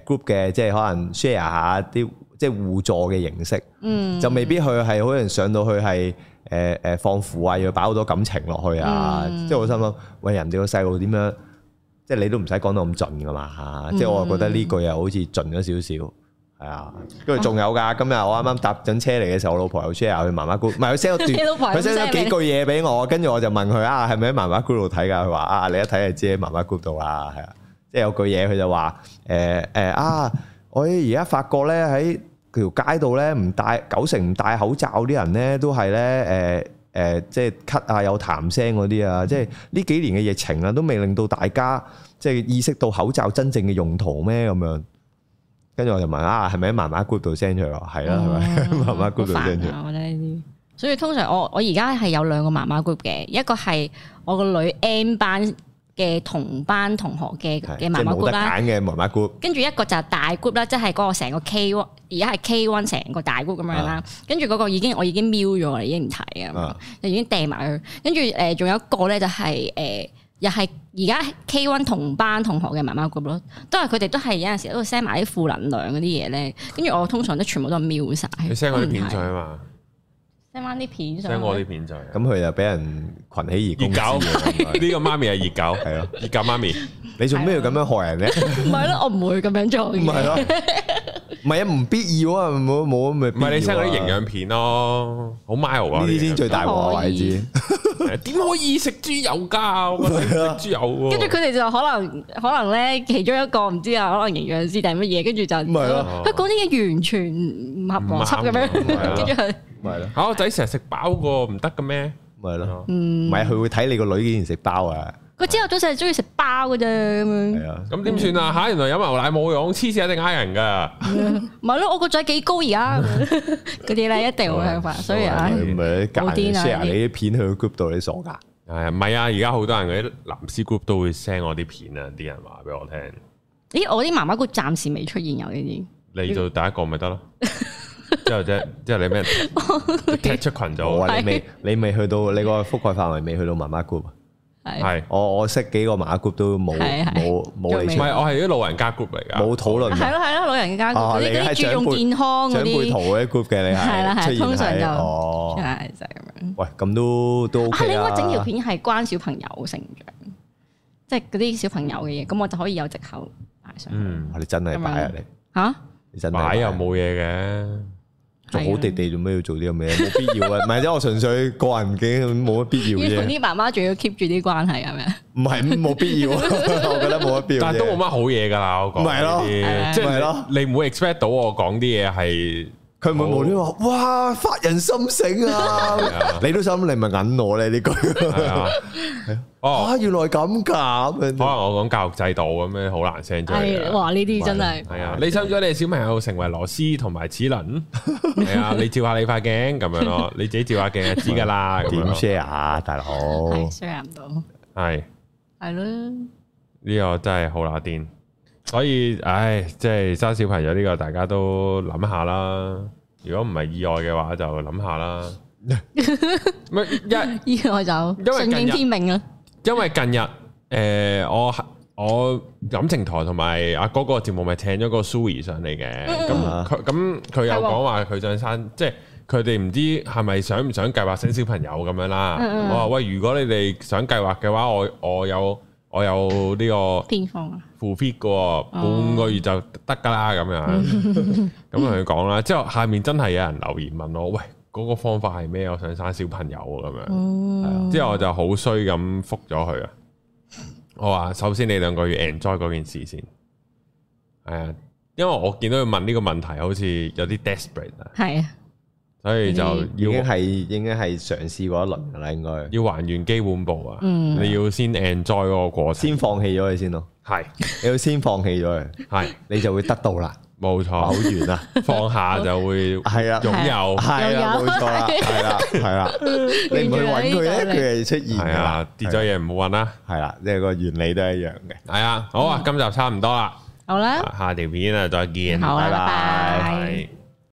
[SPEAKER 3] group 嘅，即係可能 share 下啲即係互助嘅形式，
[SPEAKER 2] 嗯，
[SPEAKER 3] 就未必佢係可能上到去係誒誒放苦啊，要擺好多感情落去啊。
[SPEAKER 2] 嗯
[SPEAKER 3] 即係我心諗，喂人哋個細路點樣？即係你都唔使講到咁盡噶嘛，
[SPEAKER 2] 嗯
[SPEAKER 3] 即係我又覺得呢句又好似盡咗少少，係啊。跟住仲有
[SPEAKER 2] 嗯
[SPEAKER 3] 㗎，今日我啱啱搭緊車嚟嘅時候，我老婆又 share 佢媽
[SPEAKER 2] [LAUGHS]
[SPEAKER 3] 媽 group，唔係佢 send 咗段，
[SPEAKER 2] 你老婆有
[SPEAKER 3] 佢 send 咗
[SPEAKER 2] share
[SPEAKER 3] 幾
[SPEAKER 2] 俾你
[SPEAKER 3] 句嘢俾我，跟住我就問佢啊，係咪喺媽媽 group 度睇㗎？佢話啊，你一睇就知喺媽媽 group 度啦，係啊。即係有句嘢佢就話誒誒啊，我而家發覺咧喺條街度咧唔戴九成唔戴口罩啲人咧都係咧誒。誒、即係咳啊，有痰聲嗰
[SPEAKER 2] 嗯
[SPEAKER 3] 啲啊，即係呢幾年嘅疫情啊，都未令到大家即係意識到口罩真正嘅用途咩咁樣。跟住我就問啊，係咪喺媽媽 group 度 send 出嚟？係啊啦，係咪喺媽媽 group 度
[SPEAKER 2] 哦嗯好
[SPEAKER 3] send
[SPEAKER 2] 煩
[SPEAKER 3] 出嚟？
[SPEAKER 2] 啊我覺得呢啲，所以通常我我而家係有兩個媽媽 group 嘅，一個係我個女 M 班嘅同班同學嘅
[SPEAKER 3] 係
[SPEAKER 2] 嘅
[SPEAKER 3] 即
[SPEAKER 2] 媽媽
[SPEAKER 3] 係冇得
[SPEAKER 2] group 啦。
[SPEAKER 3] 揀嘅媽媽 group，
[SPEAKER 2] 跟住一個就係大 group 啦，即係嗰個成個 K one，而家係 K one 成個大 group 咁樣
[SPEAKER 1] 啊
[SPEAKER 2] 啦。跟住嗰個已經我已經瞄咗啦，已經唔睇啊
[SPEAKER 3] 啊，
[SPEAKER 2] 就已經掟埋佢。跟住誒，仲有一個咧就係、誒。又係而家 K one 同班同學嘅媽媽 group 咯，都係佢哋都係有陣時喺度 send 埋啲負能量嗰啲嘢咧，跟住我通常都全部都係瞄晒。
[SPEAKER 1] 你 send 我啲片
[SPEAKER 2] 我唔睇
[SPEAKER 1] 上去嘛
[SPEAKER 2] send 翻啲片上
[SPEAKER 1] ，send 我
[SPEAKER 2] 去
[SPEAKER 1] 啲。片上去，
[SPEAKER 3] 咁佢就俾人群起而攻
[SPEAKER 1] 熱狗
[SPEAKER 3] 之嘅應該
[SPEAKER 1] 呢個媽咪係熱狗，
[SPEAKER 3] 係咯，
[SPEAKER 1] 熱狗媽咪，
[SPEAKER 3] 你做咩要咁樣
[SPEAKER 2] [LAUGHS]
[SPEAKER 3] 害人咧？
[SPEAKER 2] 唔係咯，我唔會咁樣做
[SPEAKER 3] 唔係
[SPEAKER 2] 嘅。
[SPEAKER 3] 咯，唔係啊，唔必要啊，冇冇咪
[SPEAKER 1] 唔係你 send 嗰啲營養片咯，好 mild 啊，
[SPEAKER 3] 呢啲先最大鑊啊，
[SPEAKER 2] 可以
[SPEAKER 3] 你知
[SPEAKER 1] 點可以食豬油㗎？我覺得食豬油喎，
[SPEAKER 2] 跟住佢哋就可能可能咧，其中一個唔知啊，可能營養師定乜嘢，跟住就
[SPEAKER 3] 咪係
[SPEAKER 1] 哦
[SPEAKER 3] 咯，
[SPEAKER 2] 佢講啲嘢完全唔合邏輯咁
[SPEAKER 1] 唔啱啊
[SPEAKER 2] [LAUGHS] 樣，跟住佢
[SPEAKER 3] 咪係咯，
[SPEAKER 1] 嚇我仔成日食飽個唔得嘅咩？
[SPEAKER 3] 咪係咯，唔
[SPEAKER 2] 嗯，
[SPEAKER 3] 係佢會睇你個女竟然食包啊，
[SPEAKER 2] 佢朝頭早成日中意食包嘅啫咁樣，
[SPEAKER 3] 係啊，
[SPEAKER 1] 咁點算啊？嚇原來飲牛奶冇用，黐線一定呃人㗎。
[SPEAKER 2] 唔係咯，我個仔幾高而家嗰啲咧，一定會向法，所以
[SPEAKER 1] 係
[SPEAKER 2] 啊，唉
[SPEAKER 3] 佢唔係
[SPEAKER 2] 好
[SPEAKER 3] 夾硬
[SPEAKER 2] 癲啊
[SPEAKER 3] share 你啲片去個 group 度，你傻㗎？
[SPEAKER 1] 係唔係啊？而家好多人嗰啲男絲 group 都會 send 我啲片啊，啲人話俾我聽，
[SPEAKER 2] 咦，我啲媽媽姑暫時未出現有呢啲，
[SPEAKER 1] 你做第一個咪
[SPEAKER 2] [LAUGHS]
[SPEAKER 1] 得咯。之後啫，之後你咩踢出群
[SPEAKER 3] 我
[SPEAKER 1] 組，
[SPEAKER 3] 話你
[SPEAKER 2] 係
[SPEAKER 3] 未，你未去到，你個覆蓋範圍未去到媽媽 group 啊。
[SPEAKER 2] 係
[SPEAKER 1] 係
[SPEAKER 3] 我我識幾個媽媽 group 都冇
[SPEAKER 2] 係係
[SPEAKER 3] 冇冇
[SPEAKER 1] 唔係
[SPEAKER 2] 仲未
[SPEAKER 3] 你出，
[SPEAKER 1] 我係啲老人家 group 嚟㗎？
[SPEAKER 3] 冇討論
[SPEAKER 2] 係
[SPEAKER 3] 嘅
[SPEAKER 2] 咯係咯，老人家嗰
[SPEAKER 3] 哦
[SPEAKER 2] 啲
[SPEAKER 3] 你
[SPEAKER 2] 嗰
[SPEAKER 3] 係
[SPEAKER 2] 啲注
[SPEAKER 3] 長
[SPEAKER 2] 重
[SPEAKER 3] 輩
[SPEAKER 2] 健康嗰
[SPEAKER 3] 長輩圖
[SPEAKER 2] 啲，
[SPEAKER 3] 嗰啲 group 嘅
[SPEAKER 2] 係
[SPEAKER 3] 你
[SPEAKER 2] 啦係
[SPEAKER 3] 係
[SPEAKER 2] 啦
[SPEAKER 3] 出現
[SPEAKER 2] 通常就
[SPEAKER 3] 喺哦，
[SPEAKER 2] 係就係咁樣。
[SPEAKER 3] 喂咁都都
[SPEAKER 2] 啊，你
[SPEAKER 3] OK
[SPEAKER 2] 應該
[SPEAKER 3] 啊，
[SPEAKER 2] 整條片係關小朋友成長，即係嗰啲小朋友嘅嘢，咁我就可以有藉口擺上去
[SPEAKER 1] 嗯，
[SPEAKER 3] 哇你真係擺啊你，
[SPEAKER 2] 嚇。
[SPEAKER 3] 你真係
[SPEAKER 1] 買又
[SPEAKER 3] 啊
[SPEAKER 1] 冇嘢嘅。
[SPEAKER 3] 做好地
[SPEAKER 2] 係啊，
[SPEAKER 3] 地做咩要做啲咁嘅嘢？冇必要啊！唔係即係我純粹個人嘅冇乜必要
[SPEAKER 2] 要同
[SPEAKER 3] 啫，
[SPEAKER 2] 啲媽媽仲要 keep 住啲關係咁樣。
[SPEAKER 3] 唔係冇必
[SPEAKER 1] [LAUGHS]
[SPEAKER 3] 要啊！我覺得冇乜必要啫。
[SPEAKER 1] 但係都冇乜好嘢㗎啦，我講
[SPEAKER 3] 唔係
[SPEAKER 1] 呢
[SPEAKER 3] 咯
[SPEAKER 1] 啲
[SPEAKER 2] 係
[SPEAKER 1] 即
[SPEAKER 3] 咪
[SPEAKER 1] 係
[SPEAKER 3] 咯
[SPEAKER 1] 你你唔會 expect 到我講啲嘢係
[SPEAKER 3] 佢唔會無端端話哇發人心醒啊！你都心你咪揞我咧呢句
[SPEAKER 1] 係啊，哦，
[SPEAKER 3] 啊！原來咁㗎咁
[SPEAKER 1] 可能
[SPEAKER 3] 樣，
[SPEAKER 1] 我講教育制度咁樣好難 send 出嚟
[SPEAKER 2] 係
[SPEAKER 1] 㗎。
[SPEAKER 2] 哇！呢啲真係
[SPEAKER 1] 啊係啊，你收咗你小朋友成為螺絲同埋齒輪，係啊，你照下你塊鏡咁樣咯，你自己照下鏡就知㗎啦。咁樣
[SPEAKER 3] 點
[SPEAKER 1] 咯
[SPEAKER 3] share 啊，大佬？
[SPEAKER 2] 係 share 唔到，
[SPEAKER 1] 係
[SPEAKER 2] 係咯。
[SPEAKER 1] 呢個真係好乸癲，所以唉，即係生小朋友呢個大家都諗下啦。如果唔係意外嘅話，就諗下啦。咪一
[SPEAKER 2] 依個我就
[SPEAKER 1] 為近
[SPEAKER 2] 順
[SPEAKER 1] 日
[SPEAKER 2] 應天命啊！
[SPEAKER 1] 因為近日诶、呃我我感情台同埋阿哥個節目咪請咗個 Sui 上嚟嘅，咁
[SPEAKER 3] 嗯
[SPEAKER 1] 佢咁佢又
[SPEAKER 2] 係喎
[SPEAKER 1] 講話佢想生，即係佢哋唔知係咪想唔想計劃生小朋友咁樣啦。
[SPEAKER 2] 嗯嗯
[SPEAKER 1] 我話喂，如果你哋想計劃嘅話，我我有我有呢、個。
[SPEAKER 2] 偏方啊，
[SPEAKER 1] full fit 嘅喎，半個月
[SPEAKER 2] [LAUGHS]
[SPEAKER 1] 就得㗎啦咁樣。咁同佢講啦，之後下面真係有人留言問我：喂，嗰個方法係咩？我想生小朋友啊咁樣。
[SPEAKER 3] 哦
[SPEAKER 2] 嗯，
[SPEAKER 1] 之後我就好衰咁覆咗佢啊！我話首先你兩個要 enjoy 嗰件事先，係啊，因為我見到佢問呢個問題好似有啲 desperate 啊，
[SPEAKER 2] 係啊，
[SPEAKER 1] 所以就
[SPEAKER 3] 嗯已經
[SPEAKER 1] 要
[SPEAKER 3] 係應該係嘗試過一輪噶啦，應該
[SPEAKER 1] 要還原基本步啊！
[SPEAKER 2] 嗯
[SPEAKER 1] 你要先 enjoy 嗰個過程，
[SPEAKER 3] 先放棄咗佢先咯，
[SPEAKER 1] 係
[SPEAKER 3] 你要先放棄咗佢，
[SPEAKER 1] 係
[SPEAKER 3] 你就會得到啦，
[SPEAKER 1] 冇
[SPEAKER 3] 好
[SPEAKER 1] 錯，
[SPEAKER 3] 完啦，
[SPEAKER 1] 放下就會
[SPEAKER 3] 係啊，
[SPEAKER 1] 擁有，
[SPEAKER 3] 係啦，
[SPEAKER 2] 又有
[SPEAKER 3] 冇錯啦，係啦，係
[SPEAKER 2] [LAUGHS]
[SPEAKER 3] 啦，你唔去揾佢
[SPEAKER 2] 完全係呢個嚟
[SPEAKER 3] 咧，佢係出現
[SPEAKER 1] 係
[SPEAKER 3] 㗎
[SPEAKER 1] 啊
[SPEAKER 3] 啦，，
[SPEAKER 1] 跌咗嘢唔好揾啦，
[SPEAKER 3] 係啦，即係個原理都係一樣嘅。
[SPEAKER 1] 係
[SPEAKER 3] 嗯
[SPEAKER 1] 啊，好啊，今集差唔多啦，
[SPEAKER 2] 好啦，
[SPEAKER 1] 下條片啊，再見，
[SPEAKER 2] 好啦，
[SPEAKER 3] 拜
[SPEAKER 2] 拜
[SPEAKER 3] 拜
[SPEAKER 2] 拜。
[SPEAKER 1] 係。